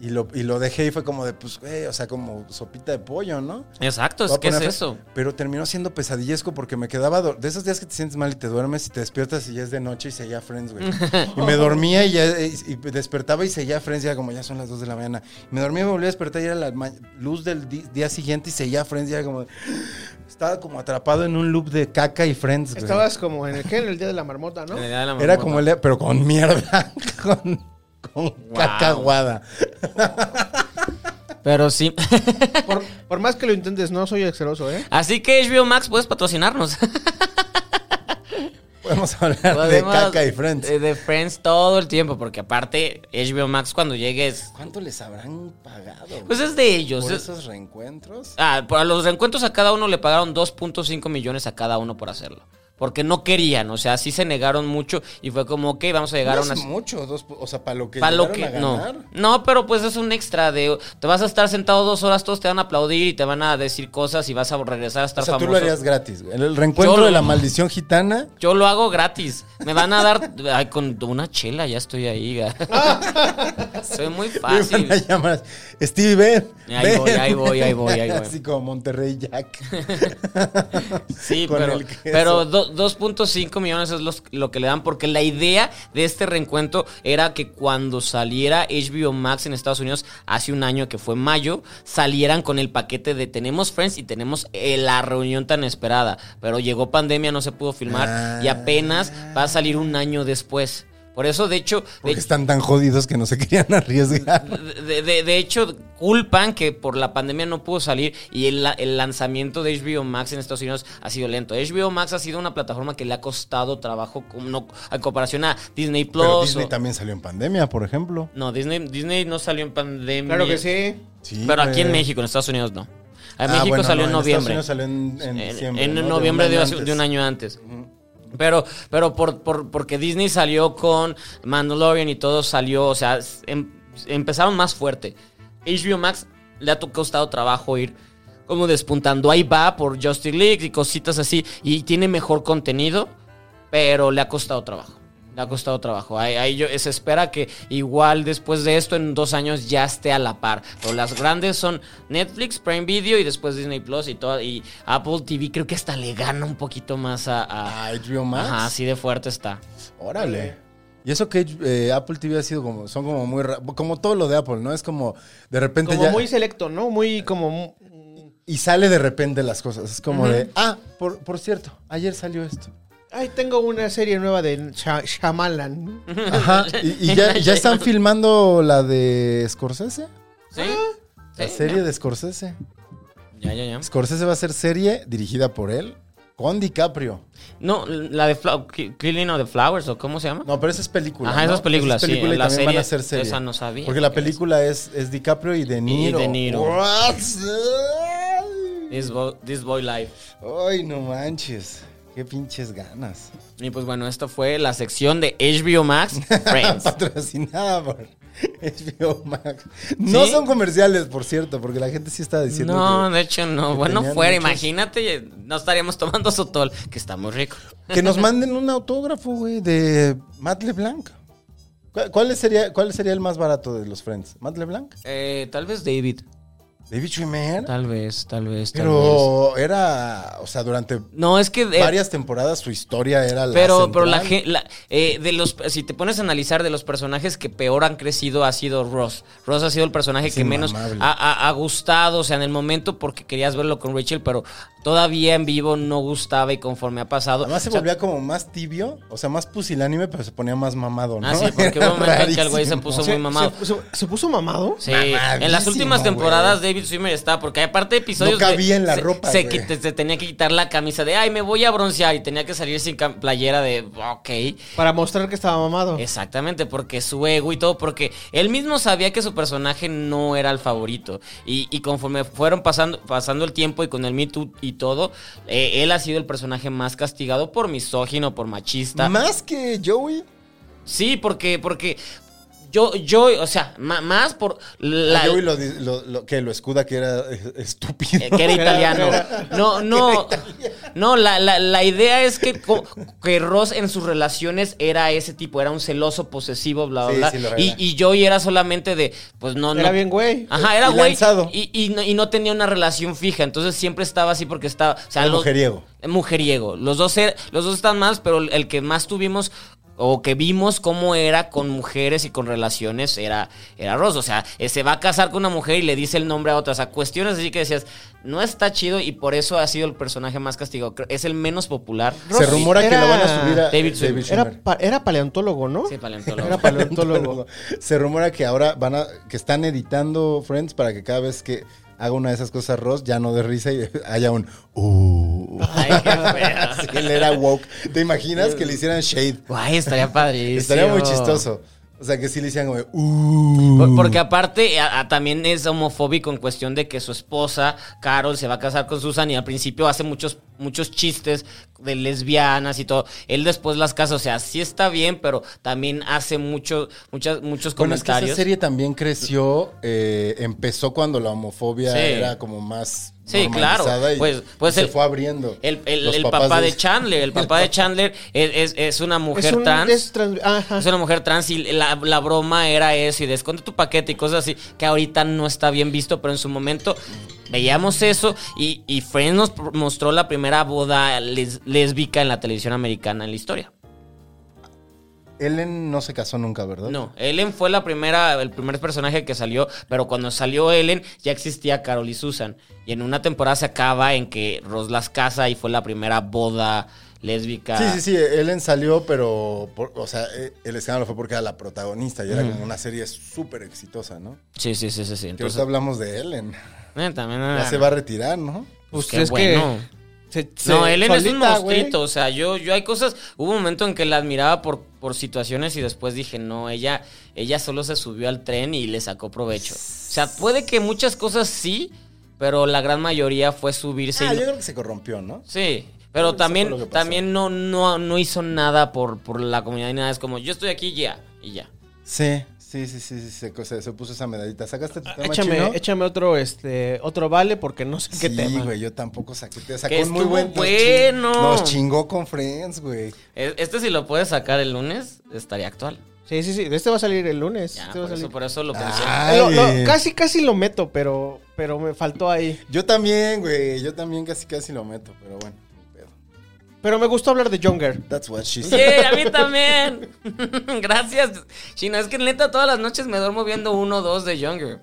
Y lo, y lo dejé y fue como de, pues, güey, o sea, como sopita de pollo, ¿no?
Exacto,
Voy
es
a
que es
poner-
eso.
Pero terminó siendo pesadillesco porque me quedaba. dor- De esos días que te sientes mal y te duermes y te despiertas y ya es de noche y seguía Friends, güey. y me dormía y, ya, eh, y, y despertaba y seguía Friends, ya como ya son las 2 de la mañana. Y me dormía y me volví a despertar y era la ma- luz del di- día siguiente y seguía Friends, ya como. Estaba como atrapado en un loop de caca y Friends, güey.
Estabas como en el que en el día de la marmota, ¿no?
En el día de la
Era
marmota.
como el. día- Pero con mierda. con con caca aguada.
Pero sí.
Por, por más que lo intentes, no soy exceloso, ¿eh?
Así que HBO Max puedes patrocinarnos.
Podemos hablar de
Podemos-
caca y Friends.
eh, De Friends todo el tiempo, porque aparte HBO Max cuando llegues...
¿Cuánto les habrán pagado? güey?
Pues es de ellos.
¿Por
es-
esos reencuentros?
Ah, para los reencuentros a cada uno le pagaron 2.5 millones a cada uno por hacerlo. Porque no querían, o sea, sí se negaron mucho y fue como, ok, vamos a llegar
No
a una...
es mucho, dos, o sea, para lo que
Pa' lo
llegaron
que-
a
no.
ganar.
No, pero pues es un extra de... Te vas a estar sentado dos horas, todos te van a aplaudir y te van a decir cosas y vas a regresar a estar
O sea, tú
famoso.
lo harías gratis. güey. El, el reencuentro
Yo lo-
de la maldición gitana.
Yo lo hago gratis. Me van a dar. Ay, con una chela ya estoy ahí. ga. Soy muy
le
fácil.
iban a llamar, Stevie, ven.
Ahí
ven".
voy, ahí voy, ahí voy, ahí voy.
Así como Monterrey Jack.
Sí,
Con
pero,
el queso.
pero do- 2.5 millones es los- lo que le dan. Porque la idea de este reencuentro era que cuando saliera HBO Max en Estados Unidos hace un año, que fue mayo, salieran con el paquete de tenemos Friends y tenemos eh, la reunión tan esperada. Pero llegó pandemia, no se pudo filmar y
Ah.
apenas va a salir un año después. Por eso, de hecho, de
Porque están tan jodidos que no se querían arriesgar.
De, de- de hecho, culpan que por la pandemia no pudo salir y el, la- el lanzamiento de HBO Max en Estados Unidos ha sido lento. HBO Max ha sido una plataforma que le ha costado trabajo como no, en comparación a Disney Plus.
Pero Disney
o-
también salió en pandemia, por ejemplo.
No, Disney, Disney no salió en pandemia.
Claro que sí.
Sí,
Pero aquí en
güey.
México, en Estados Unidos no. En
Ah,
México
bueno,
salió
no,
en noviembre.
Estados Unidos salió en, en
En-
diciembre.
en
¿no?
noviembre de, hace-
antes.
de un año antes. Pero, pero por, por- porque Disney salió con Mandalorian y todo salió, o sea, s- em- empezaron más fuerte. HBO Max le ha to- costado trabajo ir como despuntando. Ahí va por Justice League y cositas así. Y tiene mejor contenido, pero le ha costado trabajo. Le ha costado trabajo. Ahí, ahí yo- se espera que igual después de esto, en dos años, ya esté a la par. Pero las grandes son Netflix, Prime Video y después Disney Plus y todo. Y Apple TV creo que hasta le gana un poquito más a. a-
Ah, HBO Max.
Ajá, así de fuerte está.
Órale. Y eso que eh, Apple TV ha sido como, son como muy, ra- como todo lo de Apple, ¿no? Es como, de repente
Como
ya,
muy selecto, ¿no? Muy como. mm, mu-
y sale de repente las cosas. Es como de, ah, por, por cierto, ayer salió esto.
Ay, tengo una serie nueva de Sha- Shyamalan.
Ajá. Y, y ya, ya están filmando la de Scorsese.
¿Sí?
La
Sí,
serie de Scorsese.
Ya, ya, ya.
Scorsese va a ser serie dirigida por él con DiCaprio.
No, la de Fla- Ki- Killing of the Flowers, ¿o cómo se llama?
No, pero esa es película.
Ajá,
¿no?
esas películas,
Esa es película
sí.
y
La
también
serie,
van a ser serie.
esa no sabía.
Porque la película es, es DiCaprio y De Niro.
De Niro.
What?
This Boy, This Boy Life.
Ay, no manches. Qué pinches ganas.
Y pues bueno, esta fue la sección de HBO Max Friends.
Patrocinada por HBO Max. No
¿Sí?
son comerciales, por cierto, porque la gente sí está diciendo.
No,
que-
de hecho no.
que
Bueno,
tenían
fuera,
muchos-
imagínate, no estaríamos tomando sotol, que está muy rico.
Que nos manden un autógrafo, güey, de Matt LeBlanc. ¿Cuál- ¿Cuál sería, ¿Cuál sería el más barato de los Friends? ¿Matt LeBlanc?
Eh, tal vez David.
¿David Schwimmer?
Tal vez, tal vez, tal vez.
Pero era, o sea, durante
No, es que... eh,
varias temporadas su historia era la
pero,
central.
pero la gente... de los, si te pones a analizar de los personajes que peor han crecido ha sido Ross. Ross ha sido el personaje que menos
inmamable.
ha, ha- ha gustado, o sea, en el momento porque querías verlo con Rachel, pero todavía en vivo no gustaba y conforme ha pasado...
Además se
o sea,
volvía como más tibio, o sea, más pusilánime, pero se ponía más mamado, ¿no?
Ah, sí, porque hubo
Era
un momento en que el güey se
rarísimo.
puso
Se-
muy mamado.
Se, se- se puso mamado?
Sí,
Mamadísimo,
en las últimas
güey.
temporadas David Swimmer estaba, porque hay aparte de episodios...
No cabía
que
en la
se-
ropa,
Se,
güey.
quit- se tenía que quitar la camisa de, ay, me voy a broncear, y tenía que salir sin cam- playera de, ok.
Para mostrar que estaba
Oh.
mamado.
Exactamente, porque su ego y todo, porque él mismo sabía que su personaje no era el favorito. Y, y conforme fueron pasando, pasando el tiempo y con el Me Too y todo, eh, él ha sido el personaje más castigado por misógino, por machista.
Más que Joey.
sí, porque, porque yo, yo, o sea, ma- más por la.
A Joey lo, di- lo- lo- que lo escuda que era eh, estúpido.
Eh, que era italiano. No, no. No, la, la- la idea es que, co- que Ross en sus relaciones era ese tipo, era un celoso, posesivo, bla,
Sí,
bla,
sí,
bla.
lo
y,
era.
y Joey era solamente de, pues no, no.
Era bien güey.
Ajá, era
Y
güey.
lanzado.
Y, y no, y no tenía una relación fija, entonces siempre estaba así porque estaba. O sea,
Era
los-
mujeriego.
Mujeriego. Los dos, er- los dos están más, pero el que más tuvimos o que vimos cómo era con mujeres y con relaciones era, era Ross. O sea, eh, se va a casar con una mujer y le dice el nombre a otra. O sea, cuestiones así que decías, no está chido y por eso ha sido el personaje más castigado. Creo- Es el menos popular.
Se rumora que lo van a subir a
David
David
Schwimmer.
Schwimmer.
Era, pa- era paleontólogo, ¿no?
Sí, paleontólogo.
Era paleontólogo.
Se rumora que ahora van a que están editando Friends para que cada vez que haga una de esas cosas Ross ya no de risa y haya un uh.
Ay, qué feo.
Sí, él era woke. ¿Te imaginas que le hicieran shade?
Guay, estaría padrísimo.
Estaría muy chistoso. O sea, que sí le hicieran como uh.
oh. Por- Porque aparte a- a- también es homofóbico en cuestión de que su esposa, Carol, se va a casar con Susan y al principio hace muchos, muchos chistes de lesbianas y todo. Él después las casa, o sea, sí está bien, pero también hace mucho, muchas, muchos
Bueno, es que
comentarios.
esa serie también creció, eh, empezó cuando la homofobia
Sí.
era como más
Sí, claro.
normalizada y
Pues- pues
se
el-
fue abriendo.
el, el-
Los
el
papás
papá de Chandler, el papá de Chandler es, es- es una mujer
Es un-
trans. Pues
es trans- ajá.
Es una mujer trans y la, la broma era eso y de esconde tu paquete y cosas así que ahorita no está bien visto, pero en su momento veíamos eso y, y Friends nos pr- mostró la primera boda les- lésbica en la televisión americana en la historia.
Ellen no se casó nunca, ¿verdad?
No, Ellen fue la primera, el primer personaje que salió, pero cuando salió Ellen ya existía Carol y Susan. Y en una temporada se acaba en que Ross las casa y fue la primera boda lésbica.
Sí, sí, sí, Ellen salió, pero, por- o sea, eh, el escándalo fue porque era la protagonista y era como una serie súper exitosa, ¿no?
Sí, sí, sí, sí. sí.
Que
Mm. Entonces,
ahorita hablamos de Ellen.
eh, también,
Ya se va a retirar, ¿no?
Pues
qué
es
bueno.
que. se- se-
No, Ellen es un
solita, güey.
monstruito, o sea, yo, yo hay cosas, hubo un momento en que la admiraba por, por situaciones y después dije, no, ella, ella solo se subió al tren y le sacó provecho. O sea, puede que muchas cosas sí, pero la gran mayoría fue subirse
ah,
y...
yo creo que se corrompió, ¿no?
Sí,
Creo que
pero
eso fue lo
también,
que pasó.
también no, no, no hizo nada por, por la comunidad ni nada, es como, yo estoy aquí ya, y ya.
Sí, sí, sí, sí, sí, se, se- se puso esa medallita. ¿Sacaste tu tema
Échame,
chino?
échame otro, este, otro vale porque no sé qué
sí,
tema.
güey, yo tampoco saqué. Te sacó
Que
un muy
estuvo
buen nos chin-
bueno.
Nos chingó con Friends, güey.
E- Este si lo puedes sacar el lunes, estaría actual.
Sí, sí, sí. Este va a salir el lunes.
Ya,
este va a
por, eso,
salir. Eh,
por eso
Ah,
lo pensé.
Ay,
Lo- lo- casi, casi lo meto, pero, pero me faltó ahí.
Yo también, güey. Yo también casi casi lo meto, pero bueno. ni pedo.
Pero me gustó hablar de Younger.
That's what she said.
Yeah, a mí también. Gracias, China. Es que neta, todas las noches me duermo viendo uno o dos de Younger.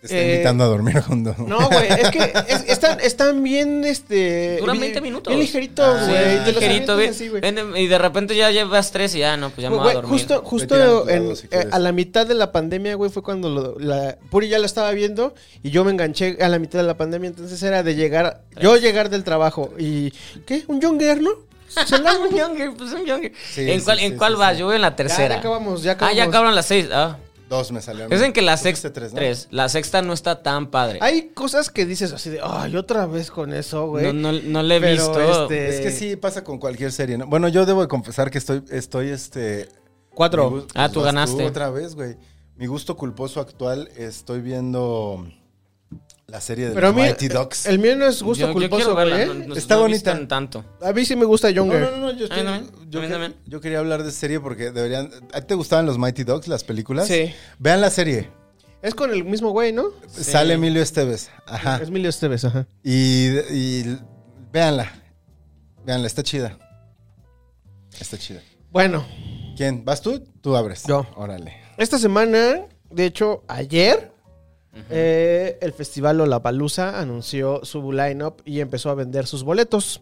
Te está
Eh,
invitando a dormir juntos.
No, güey, es que es- están, están bien, este...
Duran
bien-
20 minutos. Ah,
Bien ligeritos,
Sí,
güey. te los
ligerito,
avientas
bien.
así, güey.
Ven, y de repente ya llevas tres y ya no, pues ya me voy
Güey,
a dormir.
justo,
Vete a
justo
otro lado,
en-
si
eh,
quieres.
a la mitad de la pandemia, güey, fue cuando lo- la, Puri ya lo estaba viendo y yo me enganché a la mitad de la pandemia. Entonces era de llegar, yo llegar del trabajo y. ¿Qué? ¿Un Younger, no? Se la-
un younger, pues un younger.
Sí,
¿En
sí,
cuál,
sí,
en
sí,
cuál
sí.
vas? Yo voy en la tercera.
ya acabamos, ya acabamos.
Ah, ya acabaron las seis. Ah.
Dos me salieron.
Dicen que la
Tú dijiste
sexta. Tres,
este ¿no?
La sexta no está tan padre.
Hay cosas que dices así de, ay, otra vez con eso, güey.
no, no, no le he
Pero,
visto.
este,
Es que sí pasa con cualquier serie, ¿no? Bueno, yo debo de confesar que estoy, estoy este. mi
Cuatro.
gu-
Ah, tú
vas
ganaste.
otra vez, güey. Mi gusto culposo actual, estoy viendo la serie de
Pero a
los
mí.
Mighty Ducks.
El mío no es gusto
Yo- yo
culposo,
quiero verla,
güey,
no-
¿eh?
no-
Está
no he
bonita.
visto en tanto.
A mí sí me gusta
No,
Younger.
no, no, no, yo,
A mí
estoy-
también,
yo
a mí
que-
también.
yo quería hablar de serie porque deberían. ¿A ti te gustaban los Mighty Ducks, las películas?
Sí.
Vean la serie.
Es con el mismo güey, ¿no?
Sale Emilio Esteves. Ajá.
Es Emilio Esteves, ajá.
Y, y véanla. Véanla, está chida. Está chida.
Bueno,
¿Quién? ¿Vas tú? Tú abres.
Yo.
Órale.
Esta semana, de hecho, ayer, eh, el festival Lollapalooza anunció su line-up y empezó a vender sus boletos.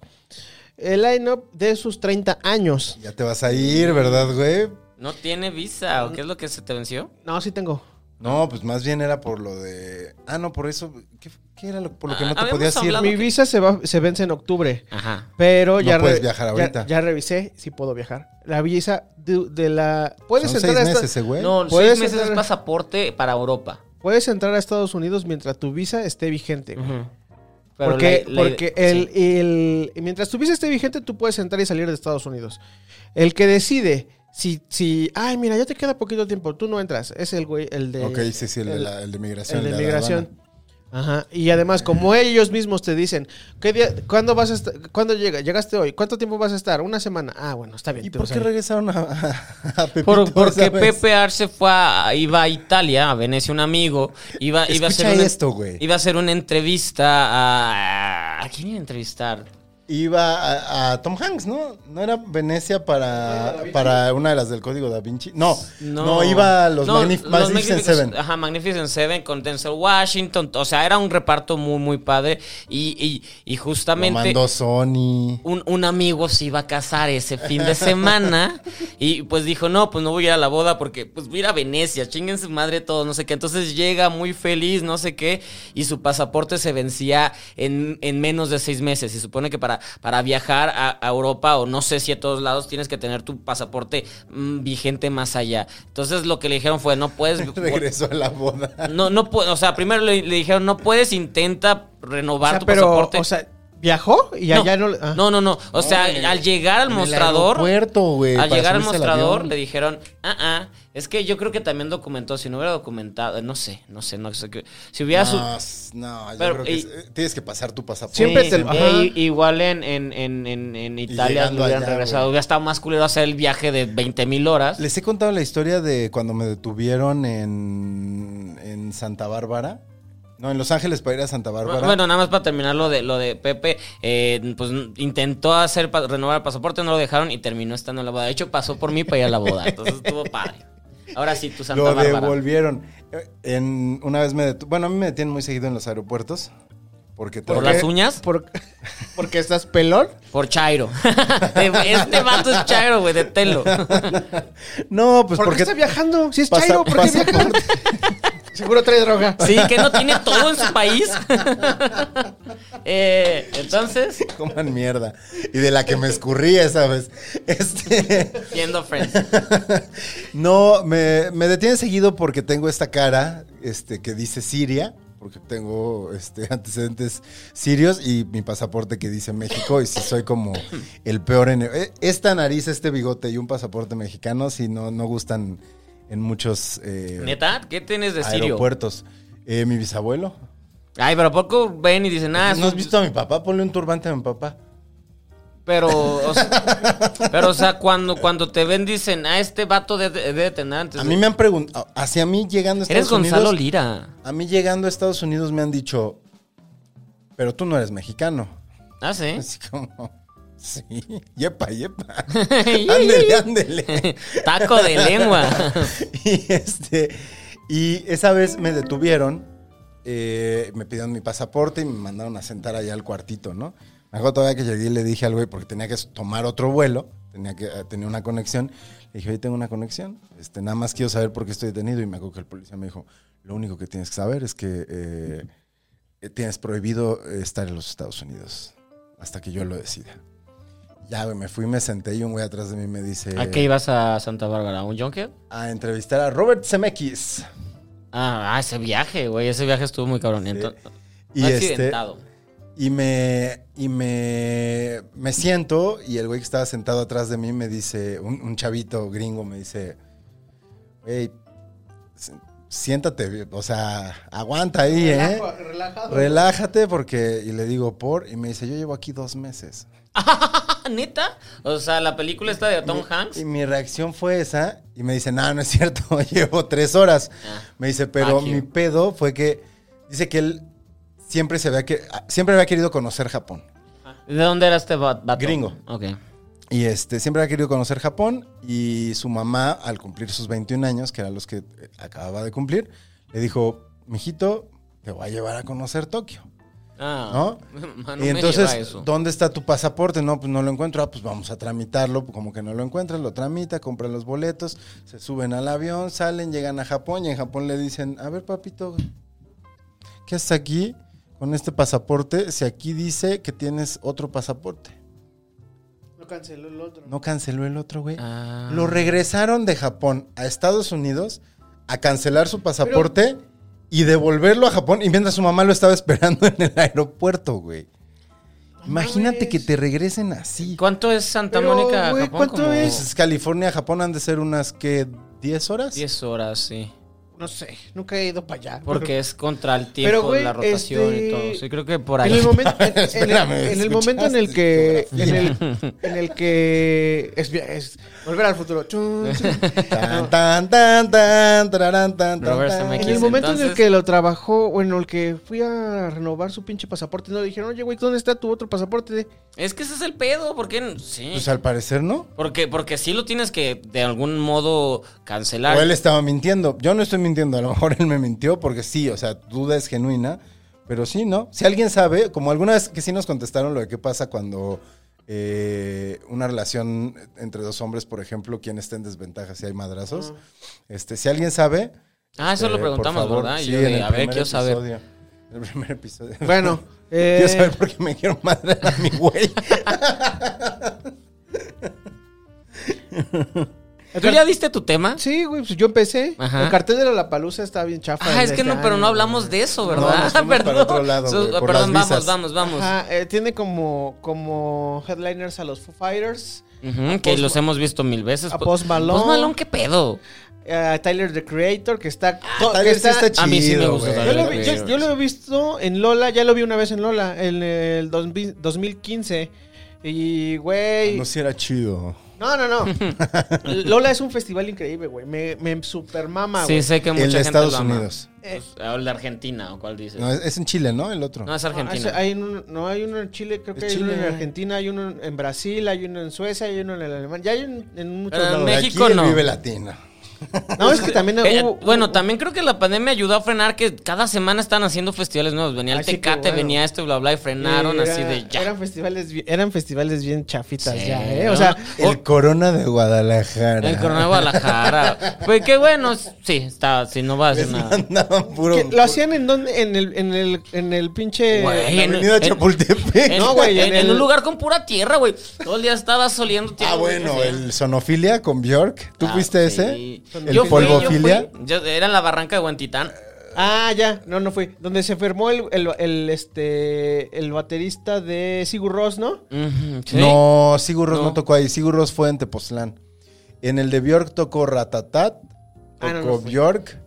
El line-up de sus 30 años.
Ya te vas a ir, ¿verdad, güey?
No tiene visa. ¿O qué es lo que se te venció?
No, sí tengo.
No, pues más bien era por lo de. Ah, no, por eso. ¿Qué, qué era lo, por lo que
Ah,
no te
habíamos
podías ir?
hablado-
Mi visa se, va, se vence en octubre,
Ajá.
pero
No
ya,
puedes
re-
viajar
ya-
ahorita.
Ya, revisé si puedo viajar. La visa de, de la... Puedes
Son seis
entrar a esta-
meses, eh, güey.
No,
¿Puedes
seis meses es
entrar?
pasaporte para Europa.
Puedes entrar a Estados Unidos mientras tu visa esté vigente. güey.
Pero
porque
la- la-
porque
sí.
el, el- mientras tu visa esté vigente, tú puedes entrar y salir de Estados Unidos. El que decide si, si ay, mira, ya te queda poquito tiempo, tú no entras, es el güey, el de.
ok, sí, sí, el, de, la, el de migración.
el de
la
migración.
aduana.
Ajá. Y además, como ellos mismos te dicen, ¿qué día, ¿cuándo vas a estar? ¿Cuándo llega? ¿Llegaste hoy? ¿Cuánto tiempo vas a estar? Una semana. Ah, bueno, está bien.
¿Y
tú
por
vas
qué
ahí.
regresaron a, a, a Pepito,
Por- porque
sabes?
Pepe Arce fue a- iba a Italia, a Venecia, un amigo. Iba, iba, a, hacer
Escucha
una,
esto, güey.
iba a hacer una entrevista a. ¿A quién iba a entrevistar?
Iba a, a Tom Hanks, ¿no? ¿No era Venecia para, para una de las del Código Da Vinci? No, no, iba a los,
no,
Magnif-
los
Magnificent
Magnificent-
Seven.
Ajá, Magnificent Seven con Denzel Washington. O sea, era un reparto muy, muy padre. Y, y, y
Lo
justamente.
mandó Sony.
un, un amigo se iba a casar ese fin de semana y pues dijo, no, pues no voy a ir a la boda porque pues voy a ir a Venecia, chinguen su madre todo, no sé qué. Entonces llega muy feliz, no sé qué, y su pasaporte se vencía en, en menos de seis meses. Y supone que para, para viajar a, a Europa o no sé si a todos lados tienes que tener tu pasaporte mm, vigente más allá. Entonces lo que le dijeron fue, no puedes...
Regresó a la boda.
No, no puedes, o sea, primero le, le dijeron, no puedes, intenta
O
renovar
sea,
tu
pero,
pasaporte.
o sea, viajó y
No,
allá no. le- ah.
no, no, no. O sea, al llegar al
en el
mostrador.
aeropuerto, güey,
al
para
llegar al
subirse al
mostrador
avión.
le dijeron, ah, ah. Es que yo creo que también documentó. Si no hubiera documentado, eh, no sé, no sé, no sé. qué- Si hubiera su.
No, s- no, yo
Pero,
creo que
y-
s- tienes que pasar tu pasaporte.
Siempre
Sí,
te-
sí,
ajá.
y- e igual en, en, en, en, en Italia
llegando
lo hubieran
allá,
regresado.
güey.
Hubiera estado más culero hacer el viaje de 20 mil horas.
Les he contado la historia de cuando me detuvieron en, en Santa Bárbara. No, en Los Ángeles para ir a Santa Bárbara.
Bueno, nada más para terminar lo de lo de Pepe, eh, pues intentó hacer pa- renovar el pasaporte, no lo dejaron y terminó estando en la boda. De hecho, pasó por mí para ir a la boda. Entonces estuvo padre. Ahora sí, tu Santa
lo
Bárbara.
devolvieron. Eh, En, una vez me detu- Bueno, a mí me detienen muy seguido en los aeropuertos. Porque
¿Por
tengo-
las uñas?
¿Por- porque estás pelón.
Por Chairo. este vato es Chairo, güey, deténlo.
No, pues
¿Por, qué
porque.
está viajando? Si es
Pasa-
Chairo, ¿por qué
pasa
viaja? Seguro trae droga.
Sí, que no tiene todo en su país. Eh, entonces,
Coman mierda. Y de la que me escurrí esa vez. Este.
siendo friends.
No, me, me detienen seguido porque tengo esta cara este, que dice Siria, porque tengo este, antecedentes sirios y mi pasaporte que dice México. Y si soy como el peor en. eh, Esta nariz, este bigote y un pasaporte mexicano, si no, no gustan en muchos eh,
¿Neta? ¿Qué tienes de Sirio?
aeropuertos. Eh, mi bisabuelo.
Ay, pero ¿a poco ven y dicen, ah,
¿No has
son-
visto a mi papá? Ponle un turbante a mi papá.
Pero, o sea, pero, o sea, cuando, cuando te ven dicen, ah, este vato de- de- debe tener antes.
A mí me han preguntado. Hacia mí llegando a
Eres
Estados
Gonzalo
Unidos-
Lira.
A mí llegando a Estados Unidos me han dicho, pero tú no eres mexicano.
Ah, sí.
Así como, sí, yepa, yepa. ándele, ándele.
Taco de lengua.
y este, y esa vez me detuvieron eh, me pidieron mi pasaporte y me mandaron a sentar allá al cuartito, ¿no? Me acuerdo todavía que llegué y le dije al güey, porque tenía que tomar otro vuelo, tenía, que, eh, tenía una conexión. Le dije, oye, tengo una conexión, este, nada más quiero saber por qué estoy detenido. Y me acuerdo que el policía me dijo, lo único que tienes que saber es que eh, eh, tienes prohibido eh, estar en los Estados Unidos hasta que yo lo decida. Ya, güey, me fui, me senté y un güey atrás de mí me dice...
¿A qué ibas a Santa Bárbara? ¿A un junkie?
A entrevistar a Robert Zemeckis.
Ah, ah, ese viaje, güey. Ese viaje estuvo muy cabrón. Entonces,
Y este,
accidentado.
Y me, y me, me siento y el güey que estaba sentado atrás de mí me dice, un, un chavito gringo me dice, güey, si- siéntate, o sea, aguanta ahí, ¿eh?
Relajado.
Relájate porque, y le digo, por, y me dice, yo llevo aquí dos meses.
Ah, ¿Neta? O sea, la película está de Tom Hanks.
Y mi reacción fue esa, y me dice, no, no es cierto, llevo tres horas. Me dice, pero
fuck you.
mi pedo fue que, dice que él siempre se había, que, siempre había querido conocer Japón.
¿De dónde era este va- vato?
Gringo.
Ok.
Y este, siempre ha querido conocer Japón y su mamá, al cumplir sus 21 años, que eran los que eh, acababa de cumplir, le dijo, mijito, te voy a llevar a conocer Tokio,
Ah.
¿no?
Ma,
y
Ah, me lleva
entonces,
eso.
¿dónde está tu pasaporte? No, pues no lo encuentro. Ah, pues vamos a tramitarlo. Como que no lo encuentras, lo tramita, compran los boletos, se suben al avión, salen, llegan a Japón y en Japón le dicen, a ver, papito, ¿qué haces aquí con este pasaporte si aquí dice que tienes otro pasaporte?
No canceló el otro.
No canceló el otro, güey.
Ah.
Lo regresaron de Japón a Estados Unidos a cancelar su pasaporte y devolverlo a Japón. Y mientras su mamá lo estaba esperando en el aeropuerto, güey. Imagínate que te regresen así.
¿Cuánto es Santa
Pero,
Mónica? a
güey,
Japón?
¿cuánto
Como
es?
Pues, California, Japón han de ser unas, ¿qué? ¿10 horas?
10 horas, sí.
No sé, nunca he ido para allá.
Porque es contra el tiempo,
Pero, güey,
la rotación
este-
y todo. Sí, creo que por
En
ahí.
el momento en, en el,
Espérame,
en el momento en el que en el, en el que es, es volver al futuro. Chun, chun.
Tan, tan, tan, tan, tararán, tan, tan,
Robert
tan.
En
Zemeckis.
el momento en el
entonces-
que lo trabajó, o en el que fui a renovar su pinche pasaporte, no le dijeron, "Oye, güey, ¿dónde está tu otro pasaporte?"
Es que ese es el pedo, ¿por qué? Sí.
Pues al parecer no.
porque, porque sí lo tienes que de algún modo cancelar.
O él estaba mintiendo. Yo no estoy mintiendo, a lo mejor él me mintió porque sí, o sea, tu duda es genuina, pero sí, ¿no? Si alguien sabe, como alguna vez que sí nos contestaron lo de qué pasa cuando eh, una relación entre dos hombres, por ejemplo, quién está en desventaja si hay madrazos, este, si alguien sabe...
Ah, eso
eh,
lo preguntamos,
por favor,
¿verdad? Y
sí,
yo
en
de,
el
a ver,
primer
quiero saber.
episodio. En el primer episodio.
Bueno,
Quiero
eh,
saber por qué me quiero madrar a mi güey.
¿Tú ya diste tu tema?
sí, güey, pues yo empecé.
Ajá.
El cartel de la palusa está bien chafa.
Ah,
de
es
Pues
que
este
no, pero
año,
no hablamos
güey.
de eso, ¿verdad?
nos fuimos para otro lado,
Su-
güey, por
perdón,
las
vamos,
visas.
vamos, vamos,
Ajá,
Pues,
eh, tiene como como headliners a los Foo Fighters,
Ujú, que
Post-
los hemos visto mil veces.
a Post Malone.
Post Malone, ¿qué pedo?
eh, a Tyler the Creator que está que
Tal vez Ah, sí está chido,
a mí sí me gusta
güey.
Yo
Tyler the
lo, vi- yo- yo lo he visto en Lola, ya lo vi una vez en Lola, en el 2000 2015. Y, güey.
Ah, No, si era chido.
No, no, no. Lola es un festival increíble, güey. Me, me super mama,
Sí,
güey.
sé que mucha
Ah, El de
gente
Estados
lo ama.
Unidos.
Eh,
Pues, o el de Argentina, ¿o cuál dices?
No,
No, es,
es, es en Chile, ¿no? El otro.
Argentina.
No, hay, uno, no, hay uno en Chile, creo que
Es
hay uno en
Chile.
Argentina, hay uno en Brasil, hay uno en Suecia, hay uno en Alemania. Ya hay un- en muchos
Pero en
lados.
Aquí
Ah, México
el
no.
Vive Latino.
No, es que también
Eh,
hubo-
bueno,
hubo-
también creo que la pandemia ayudó a frenar que cada semana están haciendo festivales nuevos. Venía el
Así que,
Tecate,
bueno.
venía este, bla, bla, y frenaron
era-
así de ya.
Eran festivales, bien- eran festivales bien chafitas
Sí,
ya, ¿eh?
¿no?
O sea,
El Corona de Guadalajara.
El Corona de Guadalajara. pues qué bueno, sí, está, sí, no va a hacer
Les
nada.
mandaban puro.
que lo hacían en donde, en el, en el, en el pinche.
Güey,
La avenida
en- en-
Chapultepec.
En,
No, güey,
en,
en
en
el-
un lugar con pura tierra, güey. Todo el día estaba soliendo tierra.
Ah,
güey,
bueno,
así.
el Sonofilia con Bjork. ¿Tú
Ah,
fuiste
sí.
ese? El
Yo fui, yo
Polvofilia.
fui. Yo- Era en la barranca de Huentitán.
Ah, ya, no, no fue. Donde se enfermó el, el, el, este, el baterista de Sigur Rós, ¿no?
Ujú, sí.
No, Sigur Rós
No.
no. tocó ahí. Sigur Rós fue en Tepoztlán. En el de Bjork tocó Ratatat. Tocó
Ah, no, no fui.
Bjork.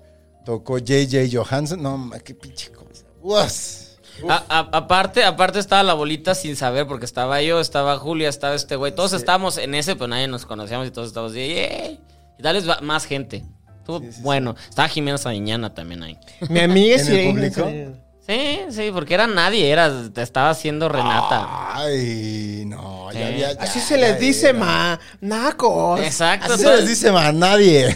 Tocó JJ Johansson. No, ma, qué pinche cosa. Uas.
A- a- aparte, aparte estaba la bolita sin saber, porque estaba yo, estaba Julia, estaba este güey. Todos estábamos en ese, pero nadie nos conocíamos y todos estábamos de "Yey". Y tal vez va- más gente. Estuvo bueno. Estaba Jimena Sariñana también ahí.
Mi amiga
¿En
sí.
el público?
Sí, sí, porque era nadie, era, te estaba haciendo Renata.
Ay, no, ya había. ya,
Así se
ya
les dice,
era.
ma. Nacos.
Exacto.
Ah, Así se
todo-
les dice, ma, a nadie.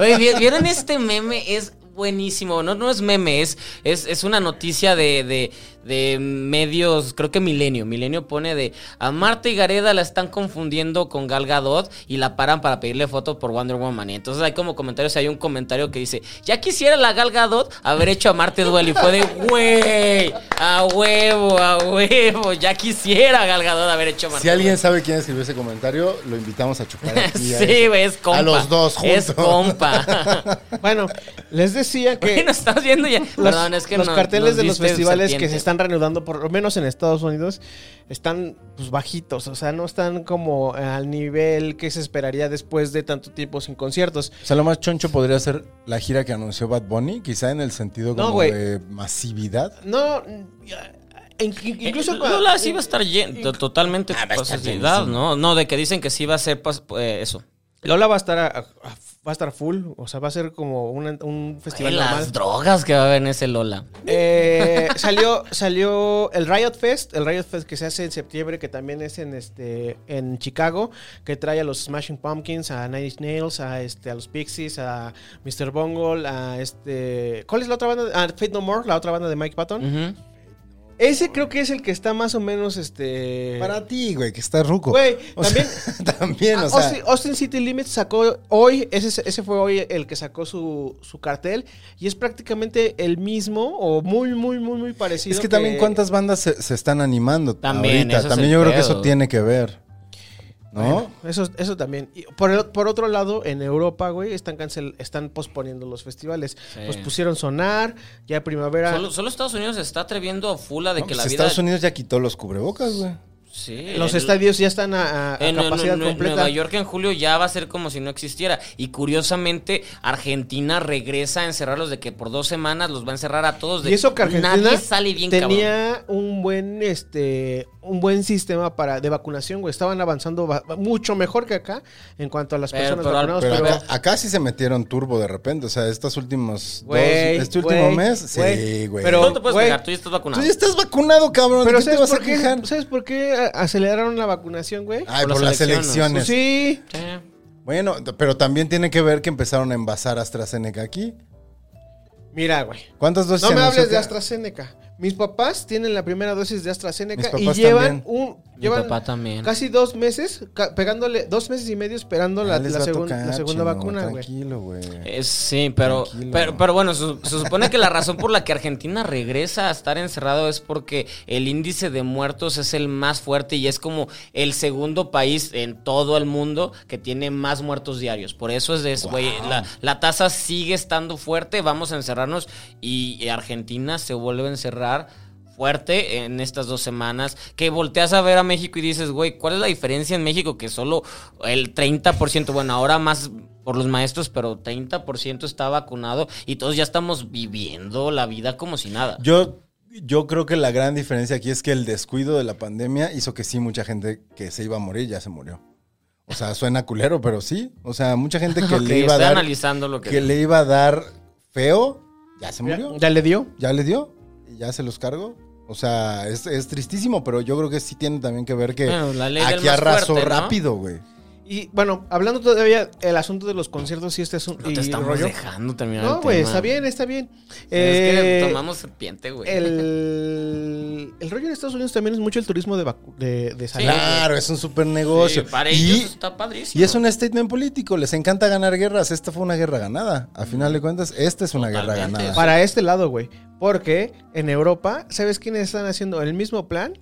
Oye, ¿vi- ¿vieron este meme? Es buenísimo. No, no es meme, es, es, es una noticia de, de, de medios, creo que Milenio. Milenio pone de a Marta y Gareda la están confundiendo con Gal Gadot y la paran para pedirle foto por Wonder Woman. Y entonces hay como comentarios, hay un comentario que dice, ya quisiera la Gal Gadot haber hecho a Marte Duel. Y fue de, güey, a huevo, a huevo, ya quisiera Gal Gadot haber hecho a Marte
Si alguien sabe quién escribió ese comentario, lo invitamos a chupar aquí. a
Sí,
eso.
güey, es compa.
A los dos juntos.
Es compa.
Bueno, les decía que
Bueno, estamos viendo ya.
los,
Perdón, es que
los
no-
carteles
nos
de los
diste
festivales que
serpiente.
se están reanudando, por lo menos en Estados Unidos, están pues, bajitos. O sea, no están como al nivel que se esperaría después de tanto tiempo sin conciertos.
O sea, lo más choncho podría ser la gira que anunció Bad Bunny, quizá en el sentido
No,
como
güey.
de masividad.
No, in- in- incluso
Eh,
cuando-
Lola sí va a estar llen- to- totalmente
Ah, va a estar
posibilidad,
llenísimo.
¿no? No, de que dicen que sí va a ser pas- eh, eso.
Lola va a estar a- a- va a estar full, o sea, va a ser como una- un festival
Eh,
normal.
las drogas que va a haber en ese Lola.
Eh, salió, salió el Riot Fest, el Riot Fest que se hace en septiembre, que también es en este en Chicago, que trae a los Smashing Pumpkins, a Nine Inch Nails, a este, a los Pixies, a Mr. Bungle, a este. ¿Cuál es la otra banda? A Fate No More, la otra banda de Mike
Mm.
Patton.
Ujú.
Ese creo que es el que está más o menos este.
Para ti, güey, que estás ruco.
Güey,
O sea, también, o
Ah,
sea.
Austin, Austin City Limits sacó hoy, ese, ese fue hoy el que sacó su, su cartel, y es prácticamente el mismo o muy, muy, muy, muy parecido.
Es que también cuántas bandas se, se están animando
También,
ahorita.
eso es
también
el
yo creo que
pedo.
eso tiene que ver. ¿No?
Eso, eso también. Y por, el- por otro lado, en Europa, güey, están, cancel, están posponiendo los festivales.
Sí.
Los pusieron sonar, ya primavera.
Solo, solo Estados Unidos se está atreviendo a fula de
No,
que
pues
la vida.
Estados Unidos ya quitó los cubrebocas, güey.
Sí, eh,
los
en-
estadios ya están a, a- a
en- en-
capacidad
en- en
completa.
Nueva York en julio ya va a ser como si no existiera. Y curiosamente, Argentina regresa a encerrarlos de que por dos semanas los va a encerrar a todos. De,
Y eso que Argentina
pues, Nadie sale bien, cabrón.
tenía un buen este un buen sistema para de vacunación, güey. Estaban avanzando va- mucho mejor que acá en cuanto a las
Pero-
personas
pero-
vacunadas,
Pero
pero,
acá, acá sí se metieron turbo de repente. O sea, estos últimos dos-
Güey,
este último
güey,
mes.
güey.
sí, güey.
Pero-
No te puedes
Güey,
pegar, tú ya estás vacunado.
Tú ya estás vacunado, cabrón.
pero
¿De qué te
¿sabes,
vas a
por qué,
quejar? Ah,
¿sabes por qué a- aceleraron la vacunación, güey?
Ay,
Por
por las
las elecciones.
elecciones.
Pues sí.
Sí.
Bueno, t- pero también tiene que ver que empezaron a envasar AstraZeneca aquí.
Mira, güey.
¿Cuántas dosis
No
Pues se
me
anunció
hables de
que-
AstraZeneca. Mis papás tienen la primera dosis de
Mis
AstraZeneca y
papás
llevan
también.
un
Mi
llevan
papá también.
casi dos meses ca- pegándole dos meses y medio esperando
Ah,
la,
les
la
va a
segun-
tocar,
la segunda
chino,
vacuna, güey.
Tranquilo, güey.
Eh, sí, pero,
Tranquilo.
pero, pero bueno, su- se supone que la razón por la que Argentina regresa a estar encerrado es porque el índice de muertos es el más fuerte y es como el segundo país en todo el mundo que tiene más muertos diarios. Por eso es de eso, güey. La, la tasa sigue estando fuerte, vamos a encerrarnos y Argentina se vuelve a encerrar fuerte en estas dos semanas, que volteas a ver a México y dices, güey, ¿cuál es la diferencia en México? Que solo el 30%, bueno, ahora más por los maestros, pero 30% está vacunado y todos ya estamos viviendo la vida como si nada.
Yo, yo creo que la gran diferencia aquí es que el descuido de la pandemia hizo que sí, mucha gente que se iba a morir ya se murió. O sea, suena culero, pero sí. O sea, mucha gente que
Ok,
le iba a
estoy
dar.
analizando lo que...
Que le iba a dar feo, ya se murió.
¿Ya le dio?
Ya le dio. Y ya se los cargo. O sea, es, es tristísimo, pero yo creo que sí tiene también que ver que
Bueno, la ley del
aquí
más
arrasó
fuerte, ¿no?
rápido, güey.
Y bueno, hablando todavía el asunto de los conciertos y este asunto.
No te estamos dejando terminar
No,
el
güey,
tema.
está bien, está bien.
Es que
Eh,
tomamos serpiente, güey.
el, el rollo en Estados Unidos también es mucho el turismo de, vacu- de, de salud.
Claro, es un super
Sí,
negocio.
para
y,
ellos está padrísimo.
y es un statement político. Les encanta ganar guerras. Esta fue una guerra ganada. A final de cuentas, esta es una guerra
Mm. Totalmente.
ganada.
Para este lado, güey. Porque en Europa, ¿sabes quiénes están haciendo el mismo plan?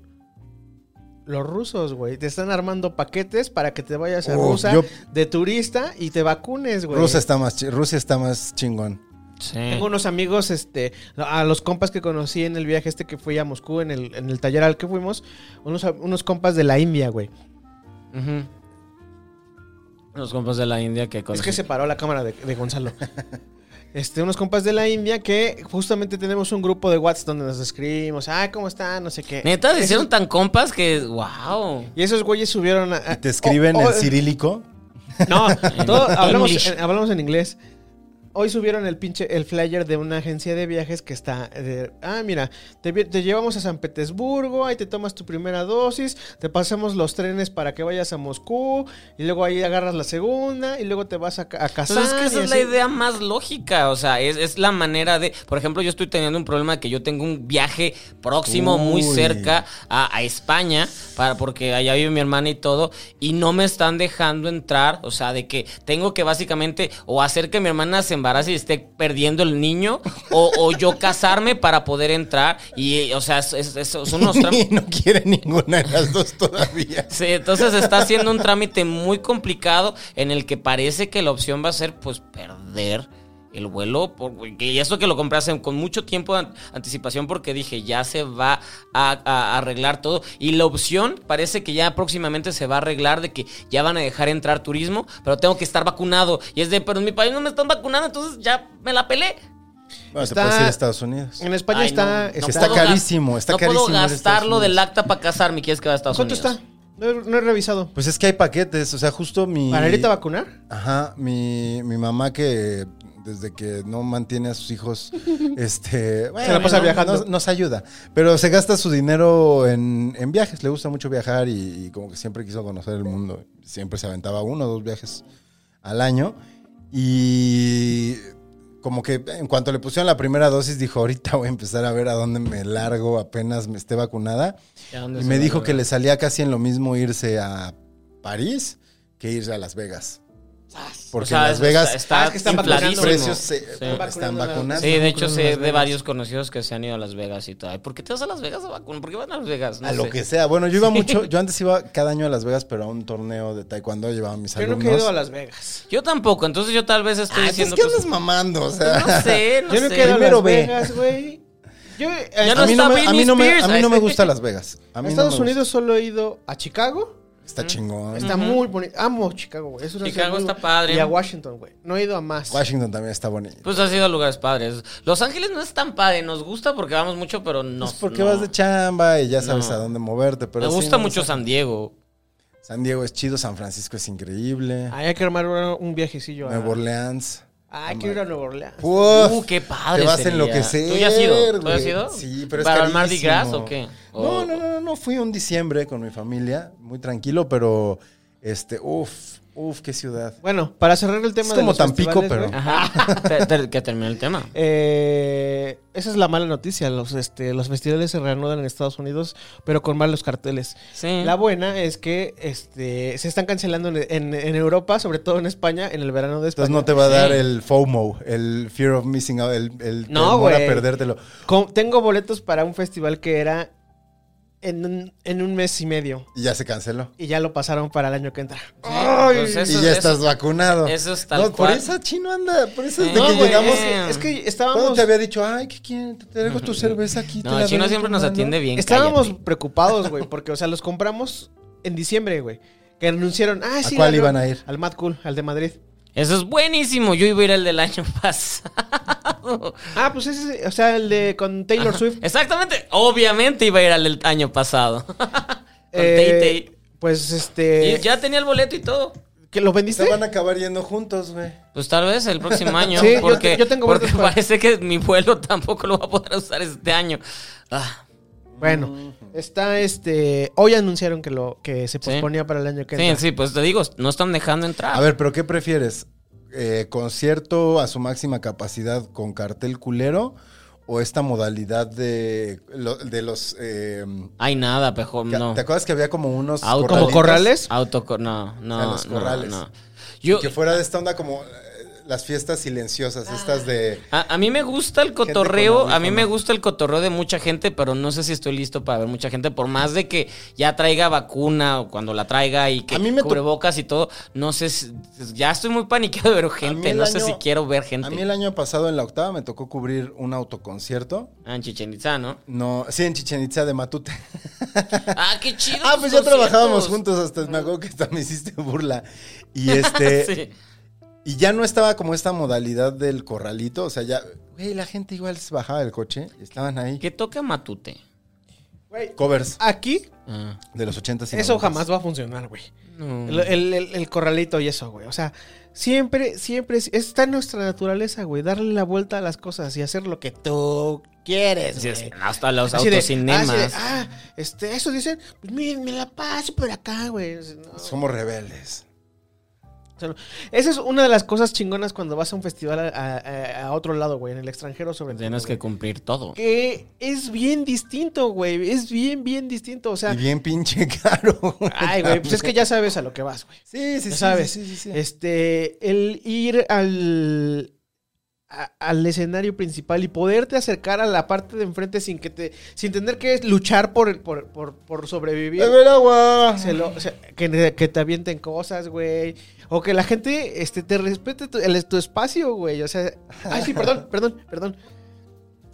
Los rusos, güey. Te están armando paquetes para que te vayas a
Uf,
Rusia
yo-
de turista y te vacunes, güey.
Rusia está más, chi- Rusia está más chingón.
Sí.
Tengo unos amigos, este, a los compas que conocí en el viaje este que fui a Moscú, en el, en el taller al que fuimos, unos, unos compas de la India, güey.
Ujú. Los compas de la India que
Es
conocí.
que se paró la cámara de, de Gonzalo. Este, unos compas de la India que justamente tenemos un grupo de WhatsApp donde nos escribimos, ah, ¿cómo están? No sé qué.
Neta, se
Esos-
hicieron tan compas que. ¡Wow!
Y esos güeyes subieron a... a-
Y te escriben
Ah, oh, oh,
en cirílico.
No, todo- hablamos,
English.
en, hablamos en inglés. Hoy subieron el pinche el flyer de una agencia de viajes que está. de, ah, mira, te, vi- te llevamos a San Petersburgo, ahí te tomas tu primera dosis, te pasamos los trenes para que vayas a Moscú, y luego ahí agarras la segunda, y luego te vas a, a Kazán,
Entonces, Pues es que
y
esa es la
así.
idea más lógica. O sea, es, es la manera de. Por ejemplo, yo estoy teniendo un problema de que yo tengo un viaje próximo, muy
Uy.
cerca a, a España, para, porque allá vive mi hermana y todo, y no me están dejando entrar. O sea, de que tengo que básicamente o hacer que mi hermana se embarace y esté perdiendo el niño, o, o yo casarme para poder entrar. Y, o sea, es- es- es- son unos trámites.
Y no quiere ninguna de las dos todavía.
Sí, entonces está haciendo un trámite muy complicado en el que parece que la opción va a ser pues perder el vuelo. por- y eso que lo compré hace- con mucho tiempo de an- anticipación porque dije ya se va a, a- a arreglar todo. Y la opción parece que ya próximamente se va a arreglar de que ya van a dejar entrar turismo, pero tengo que estar vacunado. Y es de, pero en mi país no me están vacunando, entonces ya me la pelé.
Bueno,
Está-
te puedes ir a Estados Unidos.
En España
Ay,
está.
no, no
Pues está
puedo gas-
carísimo, está
no
carísimo ir
puedo
a Estados
gastarlo del
Unidos.
acta para casarme, quieres que vaya a Estados
¿Cuánto
Unidos.
está? No, he- no he revisado.
Pues es que hay paquetes, o sea, justo mi...
¿Para irte a vacunar?
Ajá, mi, mi mamá que desde que no mantiene a sus hijos, este... bueno,
la pasa
no-
viajando.
Nos, nos ayuda, pero se gasta su dinero en, en viajes, le gusta mucho viajar y, y como que siempre quiso conocer el mundo, siempre se aventaba uno o dos viajes al año y como que en cuanto le pusieron la primera dosis dijo, ahorita voy a empezar a ver a dónde me largo apenas me esté vacunada. Y me dijo que le salía casi en lo mismo irse a París que irse a Las Vegas. Porque
O sea,
Las Vegas
Ah, es que están
los
infladísimo.
vacunando.
precios se-
Sí.
están
Vacunando a la-
vacunando.
Sí, de hecho
Vacunan a
sé
Las
de
Vegas.
varios conocidos que se han ido a Las Vegas y todo. Ay, ¿Por qué te vas a Las Vegas a vacunar? ¿Por qué van a Las Vegas? No
A lo
sé.
que sea. Bueno, yo iba mucho, yo antes iba cada año a Las Vegas, pero a un torneo de taekwondo llevaba a mis
Yo
alumnos.
nunca he ido a Las Vegas.
Yo tampoco, entonces yo tal vez estoy
Ah,
diciendo
entonces, ¿qué
cosas-
andas mamando? O sea,
Pues No sé, no
Yo nunca he
sé.
ido a
Primero
Las
ve.
Vegas, güey. Yo, eh,
Ya
a, mí no
está
me, a,
Britney
mí no me,
Spears. ¿eh?
a mí no me
Ay,
gusta Las Vegas. A
a
mí no
Estados
me gusta.
Unidos solo he ido a Chicago.
Mm.
Está chingón.
Está muy bonito. Amo Chicago, güey. Es una ciudad
Chicago
muy-
está padre.
Y a Washington, güey. No he ido a más.
Washington también está bonito.
Pues ha sido lugares padres. Los Ángeles no es tan padre, nos gusta porque vamos mucho, pero no.
Pues porque
no.
vas de chamba y ya sabes
No.
a dónde moverte. Pero
Me
sí,
gusta
no,
mucho
o sea,
San Diego.
San Diego es chido, San Francisco es increíble.
Ahí hay que armar un, un viajecillo. A...
Nueva Orleans.
Ah, hay que ir a Nueva Orleans.
Uf,
Uh, qué padre.
Te vas a
sería.
enloquecer.
¿Tú ya has ido? ¿Tú ya has
güey.
ido?
Sí, pero es
¿Para el
carísimo.
Mardi Gras o qué?
No,
O-
no, no, no, no, Fui un diciembre con mi familia, muy tranquilo, pero este, uf, uf, qué ciudad.
Bueno, para cerrar el tema
Es
de
como
los
Tampico,
festivales,
pero-
güey,
Ajá. Te- te- que termine el tema.
eh, esa es la mala noticia. Los, este, los festivales se reanudan en Estados Unidos, pero con malos carteles.
Sí.
La buena es que este, se están cancelando en, en- en Europa, sobre todo en España, en el verano de España.
Entonces no te va a
Sí.
dar el FOMO, el fear of missing out, el, el
No,
temor
güey.
a perdértelo.
Con- tengo boletos para un festival que era en un, en un mes y medio.
Y ya se canceló.
Y ya lo pasaron para el año que entra.
Pues eso-
y ya
eso-
estás vacunado.
eso es tal
no,
cual.
Por esa chino anda, por eso desde
No,
que
güey,
llegamos.
eh,
Es que
¿Cuándo
estábamos,
te había dicho, ay, ¿qué quieren? Te traigo tu cerveza aquí. te
No,
la
el chino
doy
siempre
en tu
nos
mano".
atiende bien.
estábamos
cállate.
preocupados, güey, porque, o sea, los compramos en diciembre, güey. Que anunciaron, ah, sí.
cuál
ganó".
iban a ir?
Al Mad Cool, al de Madrid.
Eso es buenísimo. Yo iba a ir al del año pasado.
Ah, pues ese, o sea, el de con Taylor Swift.
Exactamente. Obviamente iba a ir al del año pasado. Con
Eh,
Tay-Tay.
Pues este.
Y ya tenía el boleto y todo.
¿que ¿Lo vendiste?
Se van a acabar yendo juntos, güey.
Pues tal vez el próximo año.
Sí, yo te-
porque
yo tengo
porque
boletos para-
parece que mi vuelo tampoco lo va a poder usar este año. Ah,
Bueno, está este. Hoy anunciaron que lo que se
Sí.
posponía para el año que
sí,
entra.
sí, pues te digo, no están dejando entrar.
A ver, pero ¿qué prefieres? Eh, ¿Concierto a su máxima capacidad con cartel culero? ¿O esta modalidad de, lo- de los... eh,
Hay nada, pejo.
que-
No. Ah,
¿Te acuerdas que había como unos...
Auto-
¿Como
corralitos?
corrales?
Autocor. No, no.
A los
no,
corrales.
no.
Y
Yo,
Que fuera de esta onda como eh, las fiestas silenciosas, estas de...
A, a mí me gusta el
con
cotorreo, a mí
audífono.
me gusta el cotorreo de mucha gente, pero no sé si estoy listo para ver mucha gente, por más de que ya traiga vacuna o cuando la traiga y que
A mí me to-
cubrebocas y todo, no sé, si- ya estoy muy paniqueado de ver
A mí
gente,
el
no sé
año-
si quiero ver gente.
A mí el año pasado en la octava me tocó cubrir un autoconcierto.
Ah, en Chichen Itza, ¿no?
No, sí, en Chichen Itza de Matute.
Ah, qué chido.
ah,
tus
pues ya
conciertos.
trabajábamos juntos, hasta me acuerdo que hasta me hiciste burla. Y este...
Sí.
Y ya no estaba como esta modalidad del corralito, o sea, ya, güey, la gente igual se bajaba del coche, estaban ahí.
¿Qué toca Matute?
Güey,
Covers
aquí
Ah,
de los 80 y
eso
90s.
jamás va a funcionar, güey.
no.
El, el- el- el corralito y eso, güey. O sea, siempre, siempre es- está en nuestra naturaleza, güey. Darle la vuelta a las cosas y hacer lo que tú quieres,
Sí,
güey.
eh,
es- hasta los
Así de,
autocinemas.
así de, ah, este, eso dicen, pues miren, me la paso por acá, güey. No.
Somos rebeldes.
O sea, no. Esa es una de las cosas chingonas cuando vas a un festival a, a- a otro lado, güey, en el extranjero sobre todo.
Tienes que cumplir todo.
Que es bien distinto, güey. Es bien, bien distinto. O sea,
y bien pinche caro.
ay, güey, pues es que ya sabes a lo que vas, güey.
Sí, sí,
Ya
sí,
sabes.
sí, sí, sí, sí.
Este, el ir al a- al escenario principal y poderte acercar a la parte de enfrente sin que te sin tener que luchar por por, por, por sobrevivir.
¡Bebe el agua!
Se lo- se- que, que te avienten cosas, güey. O que la gente este, te respete tu, el- tu espacio, güey. O sea, ay, sí, perdón, perdón, perdón.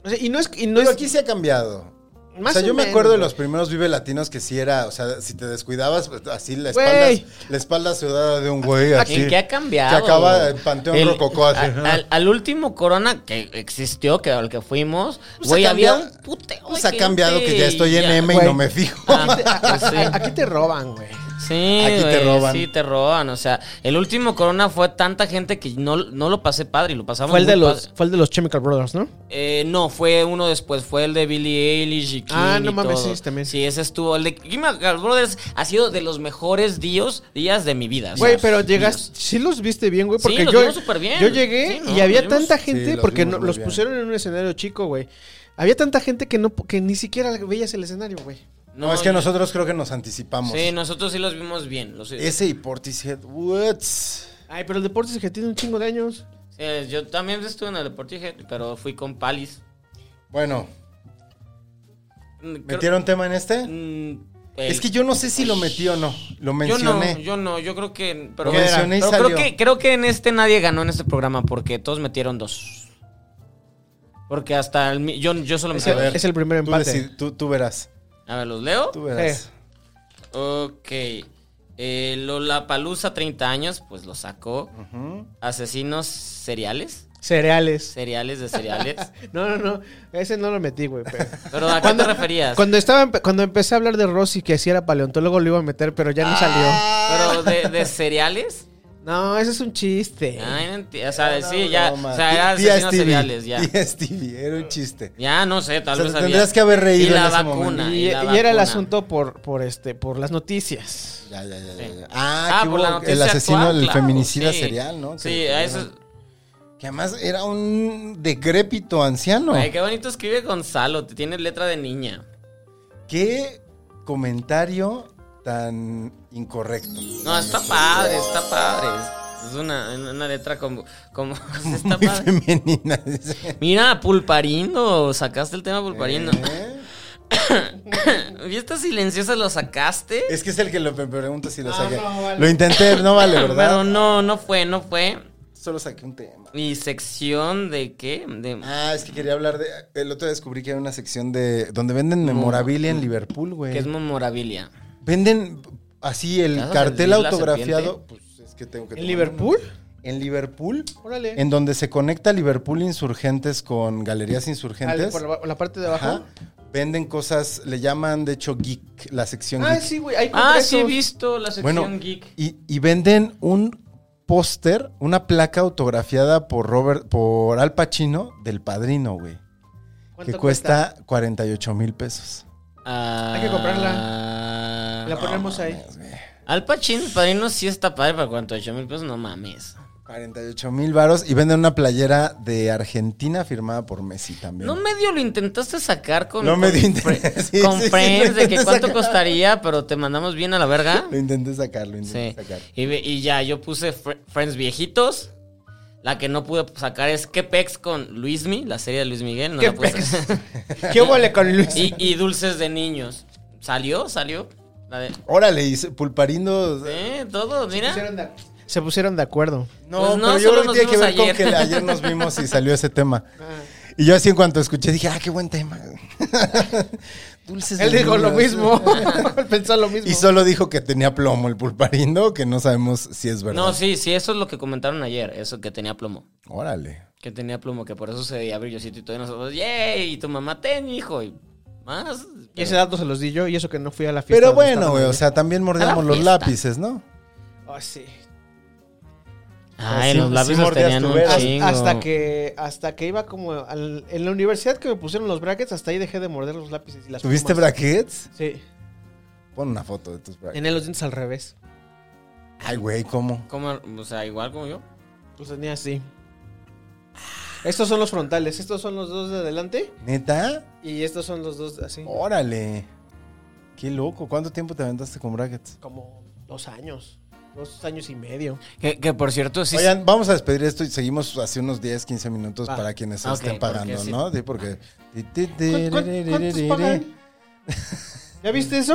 O sea, y no es. Y no
Pero
es
aquí se ha cambiado.
más
o sea, yo me
menos,
acuerdo de
güey.
los primeros Vive Latinos que sí era, o sea, si te descuidabas, pues, así la espalda,
Güey. Ah,
la espalda sudada de un güey así.
¿En qué ha cambiado?
Que acaba en Panteón Rococó, así.
a- al, al último Corona que existió, que al que fuimos,
Pues
güey,
ha
había
cambiado-
un puteo.
Pues
de
ha cambiado
gente
que ya estoy en
y
M y
Güey.
no me fijo.
Ah, pues sí.
Aquí te roban, güey.
Sí,
Aquí te
güey,
roban.
Sí, te roban. O sea, el último corona fue tanta gente que no, no lo pasé padre y lo pasamos.
Fue el,
muy
de los,
padre.
fue el de los Chemical Brothers, ¿no?
Eh, no, fue uno después. Fue el de Billie Eilish y King
Ah, no
y
mames,
todo.
sí, también.
Sí, ese estuvo. El de Kim Brothers ha sido de los mejores días, días de mi vida. o sea,
Güey, pero
días.
llegas, sí los viste bien, güey,
Sí,
porque
los
yo,
vimos superbién.
yo llegué
Sí, no,
y había
los vimos-
tanta
sí,
gente,
los
porque
vimos
no-
muy
los
bien.
pusieron en un escenario chico, güey. Había tanta gente que no que ni siquiera veías el escenario, güey.
No, es que
yo-
nosotros creo que nos anticipamos.
Sí, nosotros sí los vimos bien. Los,
Ese y Portishead, what's...
Ay, pero el deporte es que tiene un chingo de años.
eh, yo también estuve en el Deportige, pero fui con Palis.
Bueno,
Mm, creo-
¿metieron tema en este?
Mm,
Es
el-
que yo no sé si lo metí o no. Lo mencioné.
Yo no, yo no, yo creo que. Pero,
Lo mencioné y
pero creo,
salió.
que, creo que en este nadie ganó en este programa porque todos metieron dos. Porque hasta el. mi- Yo, yo solo
Es
metí
el,
A ver.
dos.
es el primer
Tú,
empate.
deci- tú- tú verás.
A ver, ¿los leo?
Tú verás.
Ok. Eh, Lollapalooza, 30 años, pues lo sacó. Asesinos seriales.
Cereales.
Cereales de cereales.
No, no, no. Ese no lo metí, güey. pero-
¿Pero a qué
Cuando-
te referías?
Cuando, estaba, empe- cuando empecé a hablar de Rossi, que si era paleontólogo, lo iba a meter, pero ya ni
Ah.
salió.
¿Pero de, de cereales?
No, eso es un chiste.
Ay, no enti- o sea,
Era
sí,
una
ya.
broma.
O sea, era
Tía
asesinos
Stevie,
seriales, ya.
Tía Stevie, era un chiste.
Ya, no sé, tal
O sea,
vez
te
había-
tendrías que haber reído
Y la
en ese
vacuna.
momento.
Y,
y la
y era el
vacuna.
asunto ah, por, por, este, por las noticias.
Ya, ya, ya, ya,
Sí.
ya. Ah,
Ah,
que
por
hubo
la noticia
el asesino,
actual,
el
claro,
feminicida
sí.
serial, ¿no? Que
Sí,
lo
a eso.
tuvieron. Que además era un decrépito anciano.
Ay, qué bonito escribe Gonzalo. Te tiene letra de niña.
Qué comentario tan incorrecto.
No, está padre, está padre. Es una, una letra como. como está
Muy
padre.
femenina. dice.
Mira, Pulparindo. Sacaste el tema Pulparindo.
¿Eh?
Fiestas silenciosas lo sacaste.
Es que es el que lo me pregunta si lo
Ah,
saqué. Lo intenté, no vale, ¿verdad?
Pero no, no fue, no fue.
Solo saqué un tema.
¿Y sección de qué? De-
Ah, es que quería hablar de. El otro día descubrí que hay una sección de. donde
Mm.
venden memorabilia en Liverpool, güey.
que es memorabilia.
Venden así
¿Te
el
vas a
cartel
servir la
autografiado. Pues es que tengo que
¿En
tomar
Liverpool?
uno. En Liverpool.
Órale.
En donde se conecta Liverpool Insurgentes con Galerías
Al-
Insurgentes.
por la, la parte de
Ajá.
abajo.
Venden cosas, le llaman de hecho geek, la sección
Ah,
geek.
sí, güey. Hay
Ah,
congresos.
sí, he visto la sección
Bueno,
geek.
y, y venden un póster, una placa autografiada por Robert, por Al Pacino del padrino, güey. Que
¿Cuánto
cuesta 48 mil pesos.
Hay
que comprarla. La
comprarla.
ponemos ahí.
Ah, Al Pacino, el padrino sí está padre, pero cuánto, 8 mil pesos, no mames.
48 mil varos y venden una playera de Argentina firmada por Messi también.
No medio lo intentaste sacar con.
No
con
medio
fre-
intenté, sí,
con
sí, sí,
Friends,
lo
de que
intenté
cuánto
sacar.
costaría, pero te mandamos bien a la verga.
Lo intenté sacar, lo intenté
Sí.
sacar.
Y, ve- y ya, yo puse fr- Friends viejitos. La que no pude sacar es ¿Qué pex con Luismi? La serie de Luis Miguel. No
¿Qué
la puse.
¿Qué huele con Luis?
y, y Dulces de Niños. ¿Salió? ¿Salió? La de.
Órale, y se- Pulparindo.
¿Eh? Todo,
Se
mira.
pusieron de- Se pusieron de acuerdo.
No,
Pues no,
pero yo
solo
creo que
nos
tiene que ver
vimos
con que
ayer.
ayer nos vimos y salió ese tema.
Ah.
Y yo así en cuanto escuché dije, ah, qué buen tema. Dulces
Él
de
dijo lo
niños.
mismo. Él pensó lo mismo.
Y solo dijo que tenía plomo el pulparindo, que no sabemos si es verdad.
No, sí, sí, eso es lo que comentaron ayer. Eso que tenía plomo.
Órale.
Que tenía plomo, que por eso se veía brillosito y todo. Y nosotros, ¡yay! Y tu mamá, ten, hijo. Y Más.
Y ese dato se los di yo y eso que no fui a la fiesta.
Pero
donde
bueno,
estaban
güey, o
ellos.
sea, también mordíamos los
fiesta.
lápices, ¿no?
Ah, sí.
Ay,
Sí,
los
sí
labios
mordías
tenían
tu
un
Ah,
verga.
chingo.
Hasta que hasta que iba como al- en la universidad que me pusieron los brackets, hasta ahí dejé de morder los lápices y las
¿Tuviste
plumas.
brackets?
Sí.
Pon una foto de tus brackets.
Tenía los dientes al revés.
Ay, güey, ¿cómo?
Como, o sea, igual como yo.
Los tenía así. Estos son los frontales, estos son los dos de adelante
¿Neta?
y estos son los dos así.
Órale. Qué loco. ¿Cuánto tiempo te aventaste con brackets?
Como dos años, dos años y medio.
Que, que por cierto, sí.
Oigan, vamos a despedir esto y seguimos hace unos 10, 15 minutos
Va.
para quienes
Ah, ok,
estén pagando,
porque sí. Ah.
¿no? Sí, porque...
¿Cuán- cuán- ¿Cuántos pagan? ¿Ya viste eso?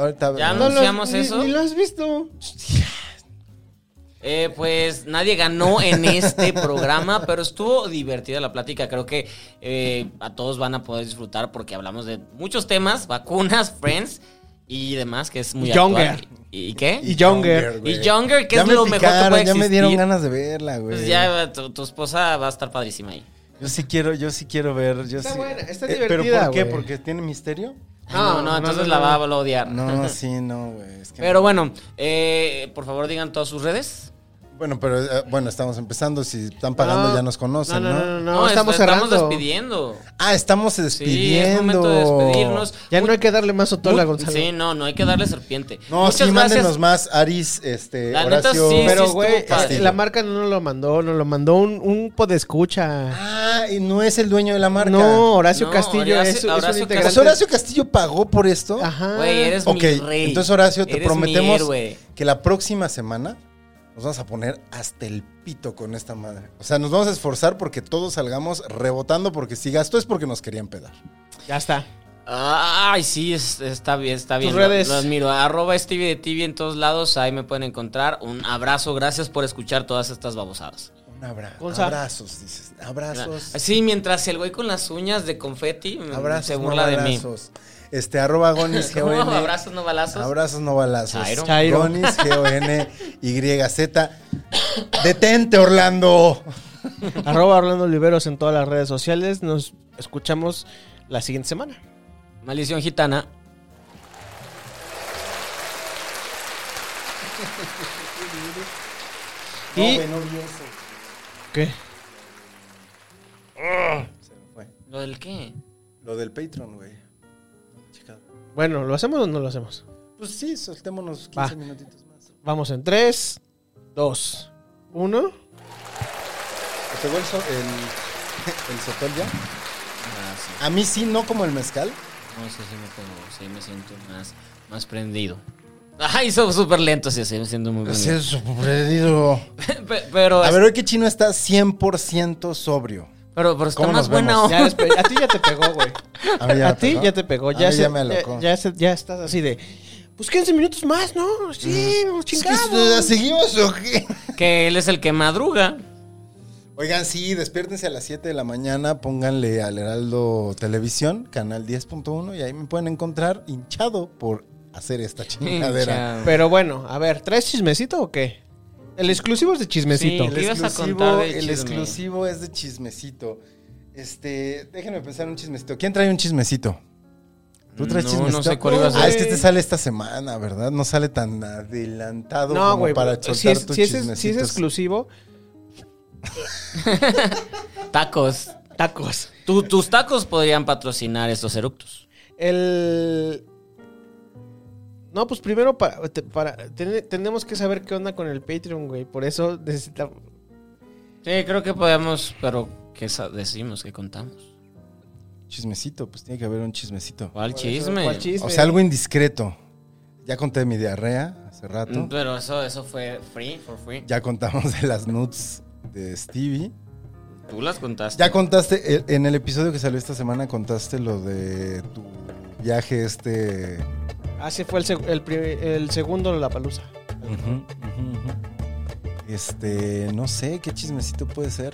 Ahorita...
Ya
No lo-
¿Anunciamos
ni-
eso?
Ni lo has visto.
Eh, pues nadie ganó en este programa, pero estuvo divertida la plática. Creo que eh, a todos van a poder disfrutar porque hablamos de muchos temas, vacunas, friends y demás, que es muy
Y Younger.
actual. ¿Y, y qué?
Y Younger.
güey.
Y Younger, que
Ya
es
me
lo mejor que
picaron,
puede
Ya me dieron
existir.
ganas de verla, güey.
Pues ya tu, tu esposa va a estar padrísima ahí.
Yo sí quiero, yo sí quiero ver. Yo
Está
sí- eh,
buena, está
¿Pero
divertida,
por qué?
güey.
¿Porque tiene misterio?
Ay, No, no,
no,
entonces la
no.
va a odiar.
No, sí, no, güey. es que
Pero bueno, eh, por favor digan todas sus redes.
no. Bueno, pero eh, bueno, estamos empezando. Si están pagando, ya nos conocen, ¿no?
No, no, no, no, estamos
est-
cerrando.
Estamos despidiendo.
Ah, estamos
Sí,
despidiendo.
es momento de despedirnos.
Ya no hay que darle más otola,
Mu-
Gonzalo.
Sí, no, no hay que darle serpiente.
No, sí, mándenos más. Aris, este,
La neta,
Horacio.
sí,
Pero,
estuvo
güey, eh,
padre.
la marca no nos lo mandó, nos lo mandó un, un podescucha.
Ah, y no es el dueño de la marca.
No, Horacio
No,
Castillo
Horacio-
es, es
Horacio
un
O
integrante.
sea, Horacio Castillo pagó por esto.
Ajá.
Güey, eres
Ok,
mi rey.
entonces Horacio, te
Eres mi
prometemos
héroe.
que la próxima semana nos vamos a poner hasta el pito con esta madre. O sea, nos vamos a esforzar porque todos salgamos rebotando porque si gastó es porque nos querían pedar.
Ya está.
Ay, sí, es- está bien, está bien.
Tus
lo-
redes.
Lo, admiro. Arroba Stevie de TV en todos lados. Ahí me pueden encontrar. Un abrazo. Gracias por escuchar todas estas babosadas.
Un abrazo.
Gonza.
Abrazos, dices. Abrazos.
Sí, mientras el güey con las uñas de confeti mm,
Abrazos,
se burla
no
de mí.
balazos. ¿eh? Este, arroba gonis,
No,
G-O-N.
abrazos, no balazos.
E. Abrazos, no balazos.
Chairo.
Chairo.
Gonis, G-O-N-Y-Z. E, Detente, Orlando.
Arroba Orlando Oliveros en todas las redes sociales. Nos escuchamos la siguiente semana.
Maldición gitana.
Y-
No, güey, no vi eso.
¿Qué?
Se me fue.
¿Lo del qué?
Lo del Patreon, güey. Chica.
Bueno, ¿lo hacemos o no lo hacemos?
Pues sí, soltémonos 15
Va.
minutitos más.
Vamos en 3, 2, 1.
¿Te el, so- el, el sotol ya? A mí sí, no como el mezcal.
Ah, No sé si me pongo, sí me siento más, más prendido. Ay, son súper lentos, sí, sí, me siento muy prendido.
sorprendido.
Pe- Pero,
A ver, hoy que Chino está 100% sobrio.
pero, pero está
¿cómo nos
más
vemos?
buena onda.
Ya despe- a ti ya te pegó, güey.
A, mí
A
me
ti
pegó.
ya te pegó.
A
Ya,
mí
se-
ya me
ya,
alocó.
ya se- ya estás así de. Pues 15 minutos más, ¿no? Sí,
Mm. Es que,
chingados.
¿Seguimos o qué?
Que él es el que madruga.
Oigan, sí, despiértense a las 7 de la mañana, pónganle al Heraldo Televisión, canal 10.1, y ahí me pueden encontrar hinchado por hacer esta chingadera.
Chao.
Pero bueno, a ver, ¿traes chismecito o qué? El exclusivo es de chismecito.
Sí, ¿Qué ibas a
exclusivo-
contar de
el
chisme?
exclusivo es de chismecito. Este, déjenme pensar un chismecito. ¿Quién trae un chismecito? ¿Tú traes
No,
chismecito?
no sé cuál ibas
a
Ah, es
decir.
que te sale esta semana, ¿verdad? No sale tan adelantado
No,
como
güey,
para
pero
soltar
si es,
tus
si es- si es
chismecitos.
exclusivo,
Tacos.
tacos.
Tu- tus tacos podrían patrocinar estos eructos.
El. No, pues primero para, te- para ten- tenemos que saber qué onda con el Patreon, güey. Por eso necesitamos.
Sí, creo que podemos, pero ¿qué sa- decimos? ¿Qué contamos?
Chismecito, pues tiene que haber un chismecito.
¿Cuál chisme?
¿Cuál chisme?
O sea, algo indiscreto. Ya conté mi diarrea hace rato.
Mm, Pero eso, eso fue free, for free.
Ya contamos de las nudes de Stevie.
Tú las contaste.
Ya contaste, eh, en el episodio que salió esta semana, contaste lo de tu viaje este...
Ah, sí, fue el, seg- el, pri- el segundo la palusa.
Este, no sé, ¿qué chismecito puede ser?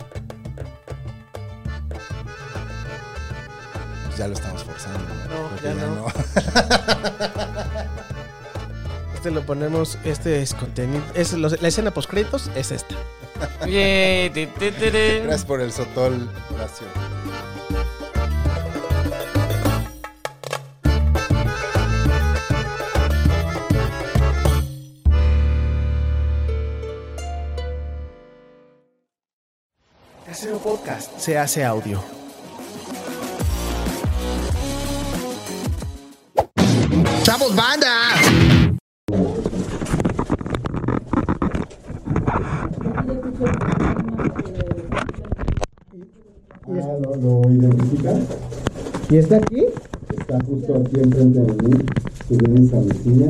Pues ya lo estamos forzando.
No,
Creo que
ya no. Este lo ponemos. Este es contenido. Es los- la escena post créditos es esta.
Yay, ti, ti, ti, ti.
Gracias por el sotol, Horacio.
podcast se hace audio.
¡Chavos, banda!
lo, lo identifica.
¿Y está aquí?
Está justo aquí enfrente de mí. Se viene esa mesilla.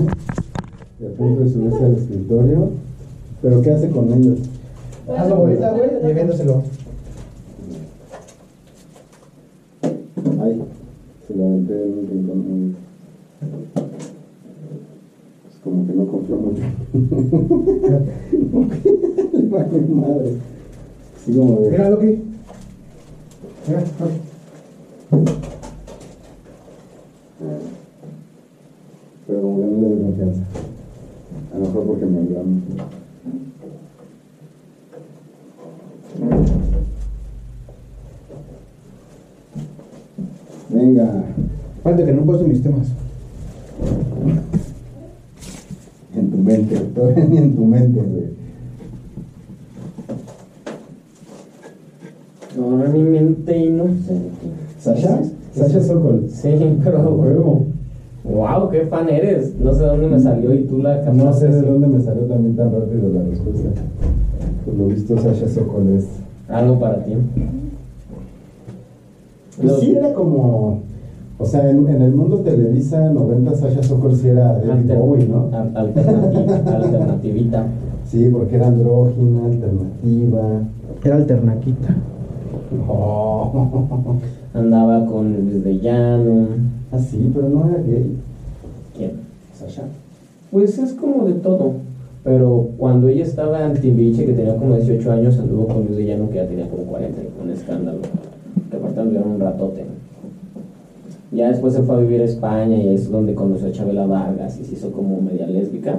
De punto de subirse al escritorio. Pero ¿qué hace con ellos?
Hazlo bolita, güey, y véndoselo.
Ay, se lo aventé en un rincón muy- Pues como que no confió mucho. Le valió madre. Así como de-
Mira, Loki. Mira, Loki.
Pero como que no le doy confianza. A lo mejor porque me ayuda mucho. Venga,
Falta que no paso mis temas.
en tu mente, todavía ni en tu mente, güey.
No, mi mente inocente.
¿Sasha? ¿Sasha Sokol? Ah,
Sí, pero huevo. Wow, qué fan eres. No sé dónde me salió y tú la
No sé
cambiaste.
de dónde me salió también tan rápido la respuesta. Por lo visto, Sasha Sokol es.
Algo para ti.
Pues sí, era como. O sea, en, en el mundo Televisa 90, Sasha Sokol sí era David
Alter-
Bowie, ¿no?
al- alternati- alternativita.
Sí, porque era andrógina, alternativa.
Era alternaquita.
Oh.
Andaba con Luis de Llano.
Ah, sí, pero no era gay.
¿Quién?
Sasha.
Pues es como de todo. Pero cuando ella estaba en Timbiriche, que tenía como 18 años, anduvo con Luis de Llano, que ya tenía como 40, un escándalo. Que aparte anduvieron un ratote. Ya después se fue a vivir a España y ahí es donde conoció a Chabela Vargas y se hizo como media lésbica.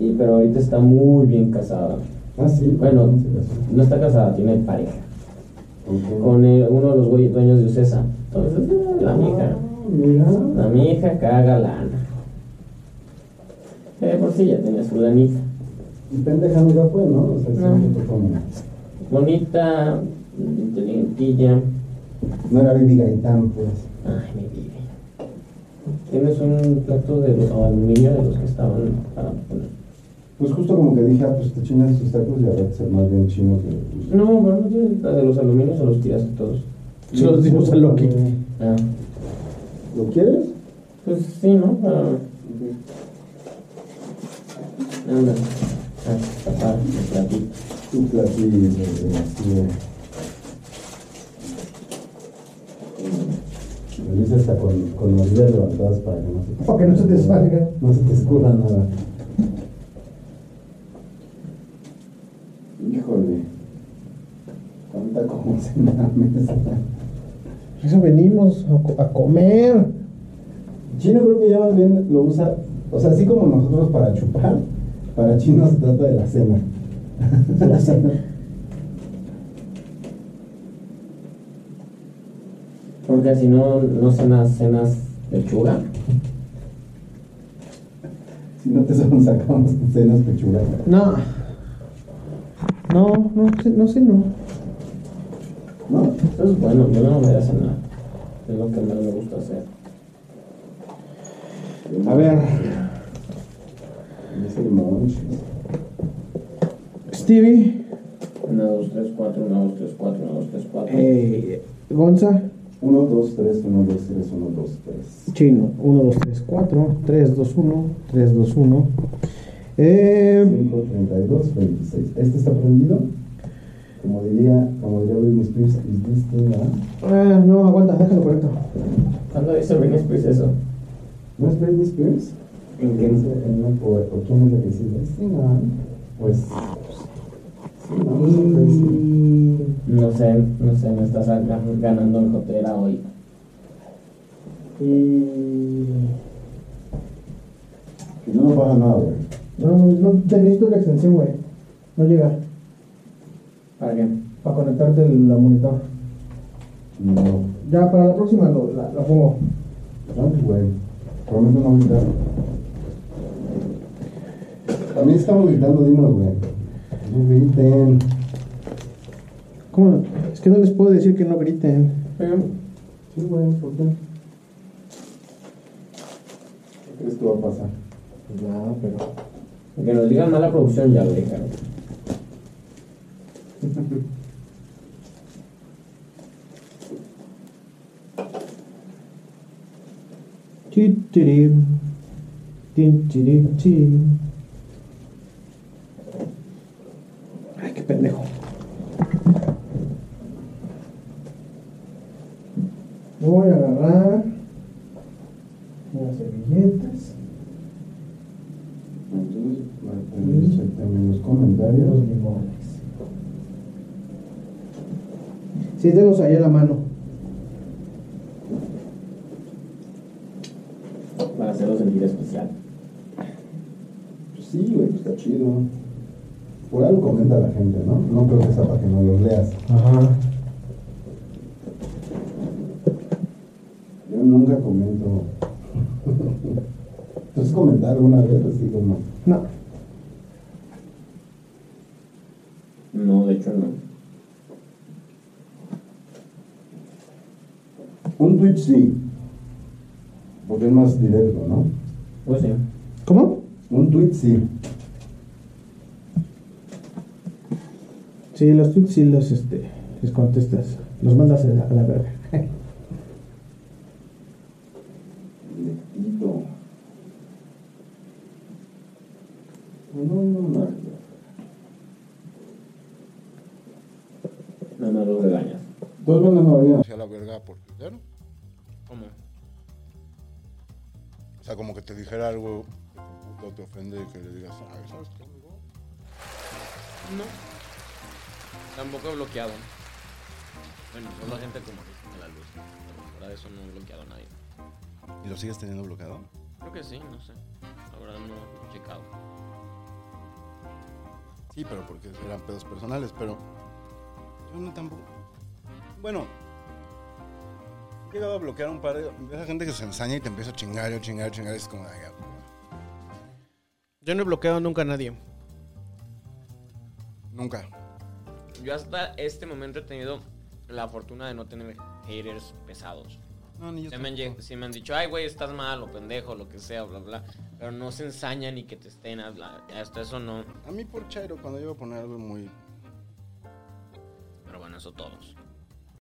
Y, pero ahorita está muy bien casada.
Ah, sí.
Bueno,
sí, sí.
no está casada, tiene pareja.
Ok.
Con eh, uno de los güey- dueños de Ucesa. Entonces, eh, la mija.
Ah, mira.
La mija caga lana. Eh, por si ya tenía su lanita.
Y pendeja nunca fue, ¿no? O sea, sí,
No.
fue como-
Bonita, inteligentilla.
No era Bibi Gaitán, pues.
Ay, mi vida. Tienes un plato de los- o aluminio de los que estaban para poner.
Pues justo como que dije, ah, pues te chinas tus tacos y ahora ser más bien chino que tus.
No, bueno, no tienes la de los aluminios o los tiraste todos.
Se los dimos a Loki.
Ah,
¿Lo quieres?
pues sí, ¿no? Para. Anda. a tapar el platito.
Un platillo, güey, así de. Lo hice hasta con, con los dedos levantados para que no se
Para que no se te salga.
No se te escurra nada. Híjole. Tanta como se me da mesa.
Eso venimos a, co- a comer.
Chino creo que ya más bien lo usa, o sea, así como nosotros para chupar, para chino se trata de la cena. La cena.
Porque si no, no cenas, cenas lechuga.
Si no te son sacamos cenas pechugas.
No. No, no sé, no sé, no.
¿No?
Eso es bueno, yo no voy a cenar. Es lo que más me gusta hacer.
A ver. Es el monch.
Stevie.
1, 2, 3, 4, 1, 2, 3, 4, 1, 2, 3, 4.
Eh, Gonza.
1, 2, 3, 1, 2, 3, 1, 2, 3.
Chino. 1, 2, 3, 4. 3, 2, 1. 3, 2, 1. Eh,
5, 32, 26. ¿Este está prendido? Como diría, como diría Britney Spears, is this thing on?
ah, no, aguanta, déjalo correcto.
¿Cuándo dice Britney Spears eso?
¿No es Britney Spears?
¿En
¿Quién es el- o- o quién es la que dice, is this thing on? Pues, sí, no, no sé,
Mm.
pues, sí.
No sé, no sé, me estás acá ganando en jotera hoy.
Que no nos baja nada, güey.
No, Pues no, te necesito la extensión, güey. No llega.
¿Para qué?
Para conectarte el, la monitor.
No.
Ya para la próxima lo, la, la pongo.
No, Ah, güey. Prometo no gritar. También estamos gritando, dinos, güey. No griten.
¿Cómo? Es que no les puedo decir que no griten.
Sí, güey, ¿por qué? ¿Qué crees que va a pasar? Pues nada, pero.
Que nos digan mala producción ya lo dejaron.
Ti, tiri, tin, tiri, ti. Ay, qué pendejo.
Voy a agarrar las servilletas. Entonces, también los comentarios. Los limones.
Sí, tenlos ahí a la mano.
Para hacerlo sentir especial.
Pues sí, güey, pues está chido. Por algo comenta la gente, ¿no? No creo que sea para que no los leas.
Ajá.
Yo nunca comento. ¿Tú has comentado alguna vez así como?
No.
No, de hecho no.
Un Twitch sí. Porque es más directo, ¿no?
Pues sí.
¿Cómo?
Un tweet sí.
Sí, los tweets sí los, este, les contestas. Los mandas a la, a la verga.
Directito. No, no, no.
Nada más lo regañas.
Dos bandas no había.
Hacia la verga por Twitter.
¿Cómo?
O sea, como que te dijera algo que tu puto te ofende y que le digas, ay, ¿sabes qué, amigo?
No. Tampoco he bloqueado. Bueno, solo gente como que de la luz. Pero fuera de eso no he bloqueado a nadie.
¿Y lo sigues teniendo bloqueado?
Creo que sí, no sé. La verdad no he checado.
Sí, pero porque eran pedos personales, pero yo no tampoco. Bueno, he llegado a bloquear un par de. Esa gente que se ensaña y te empieza a chingar, yo chingar, chingar, es como. ay, ya.
Yo no he bloqueado nunca a nadie.
Nunca.
Yo hasta este momento he tenido la fortuna de no tener haters pesados.
No, ni yo.
Se me, han, lleg- sí me han dicho, ay, güey, estás mal o pendejo, lo que sea, bla, bla. Pero no se ensañan ni que te estén. habla- Hasta eso no.
A mí por Chairo, cuando yo iba a poner algo muy.
Pero bueno, eso todos.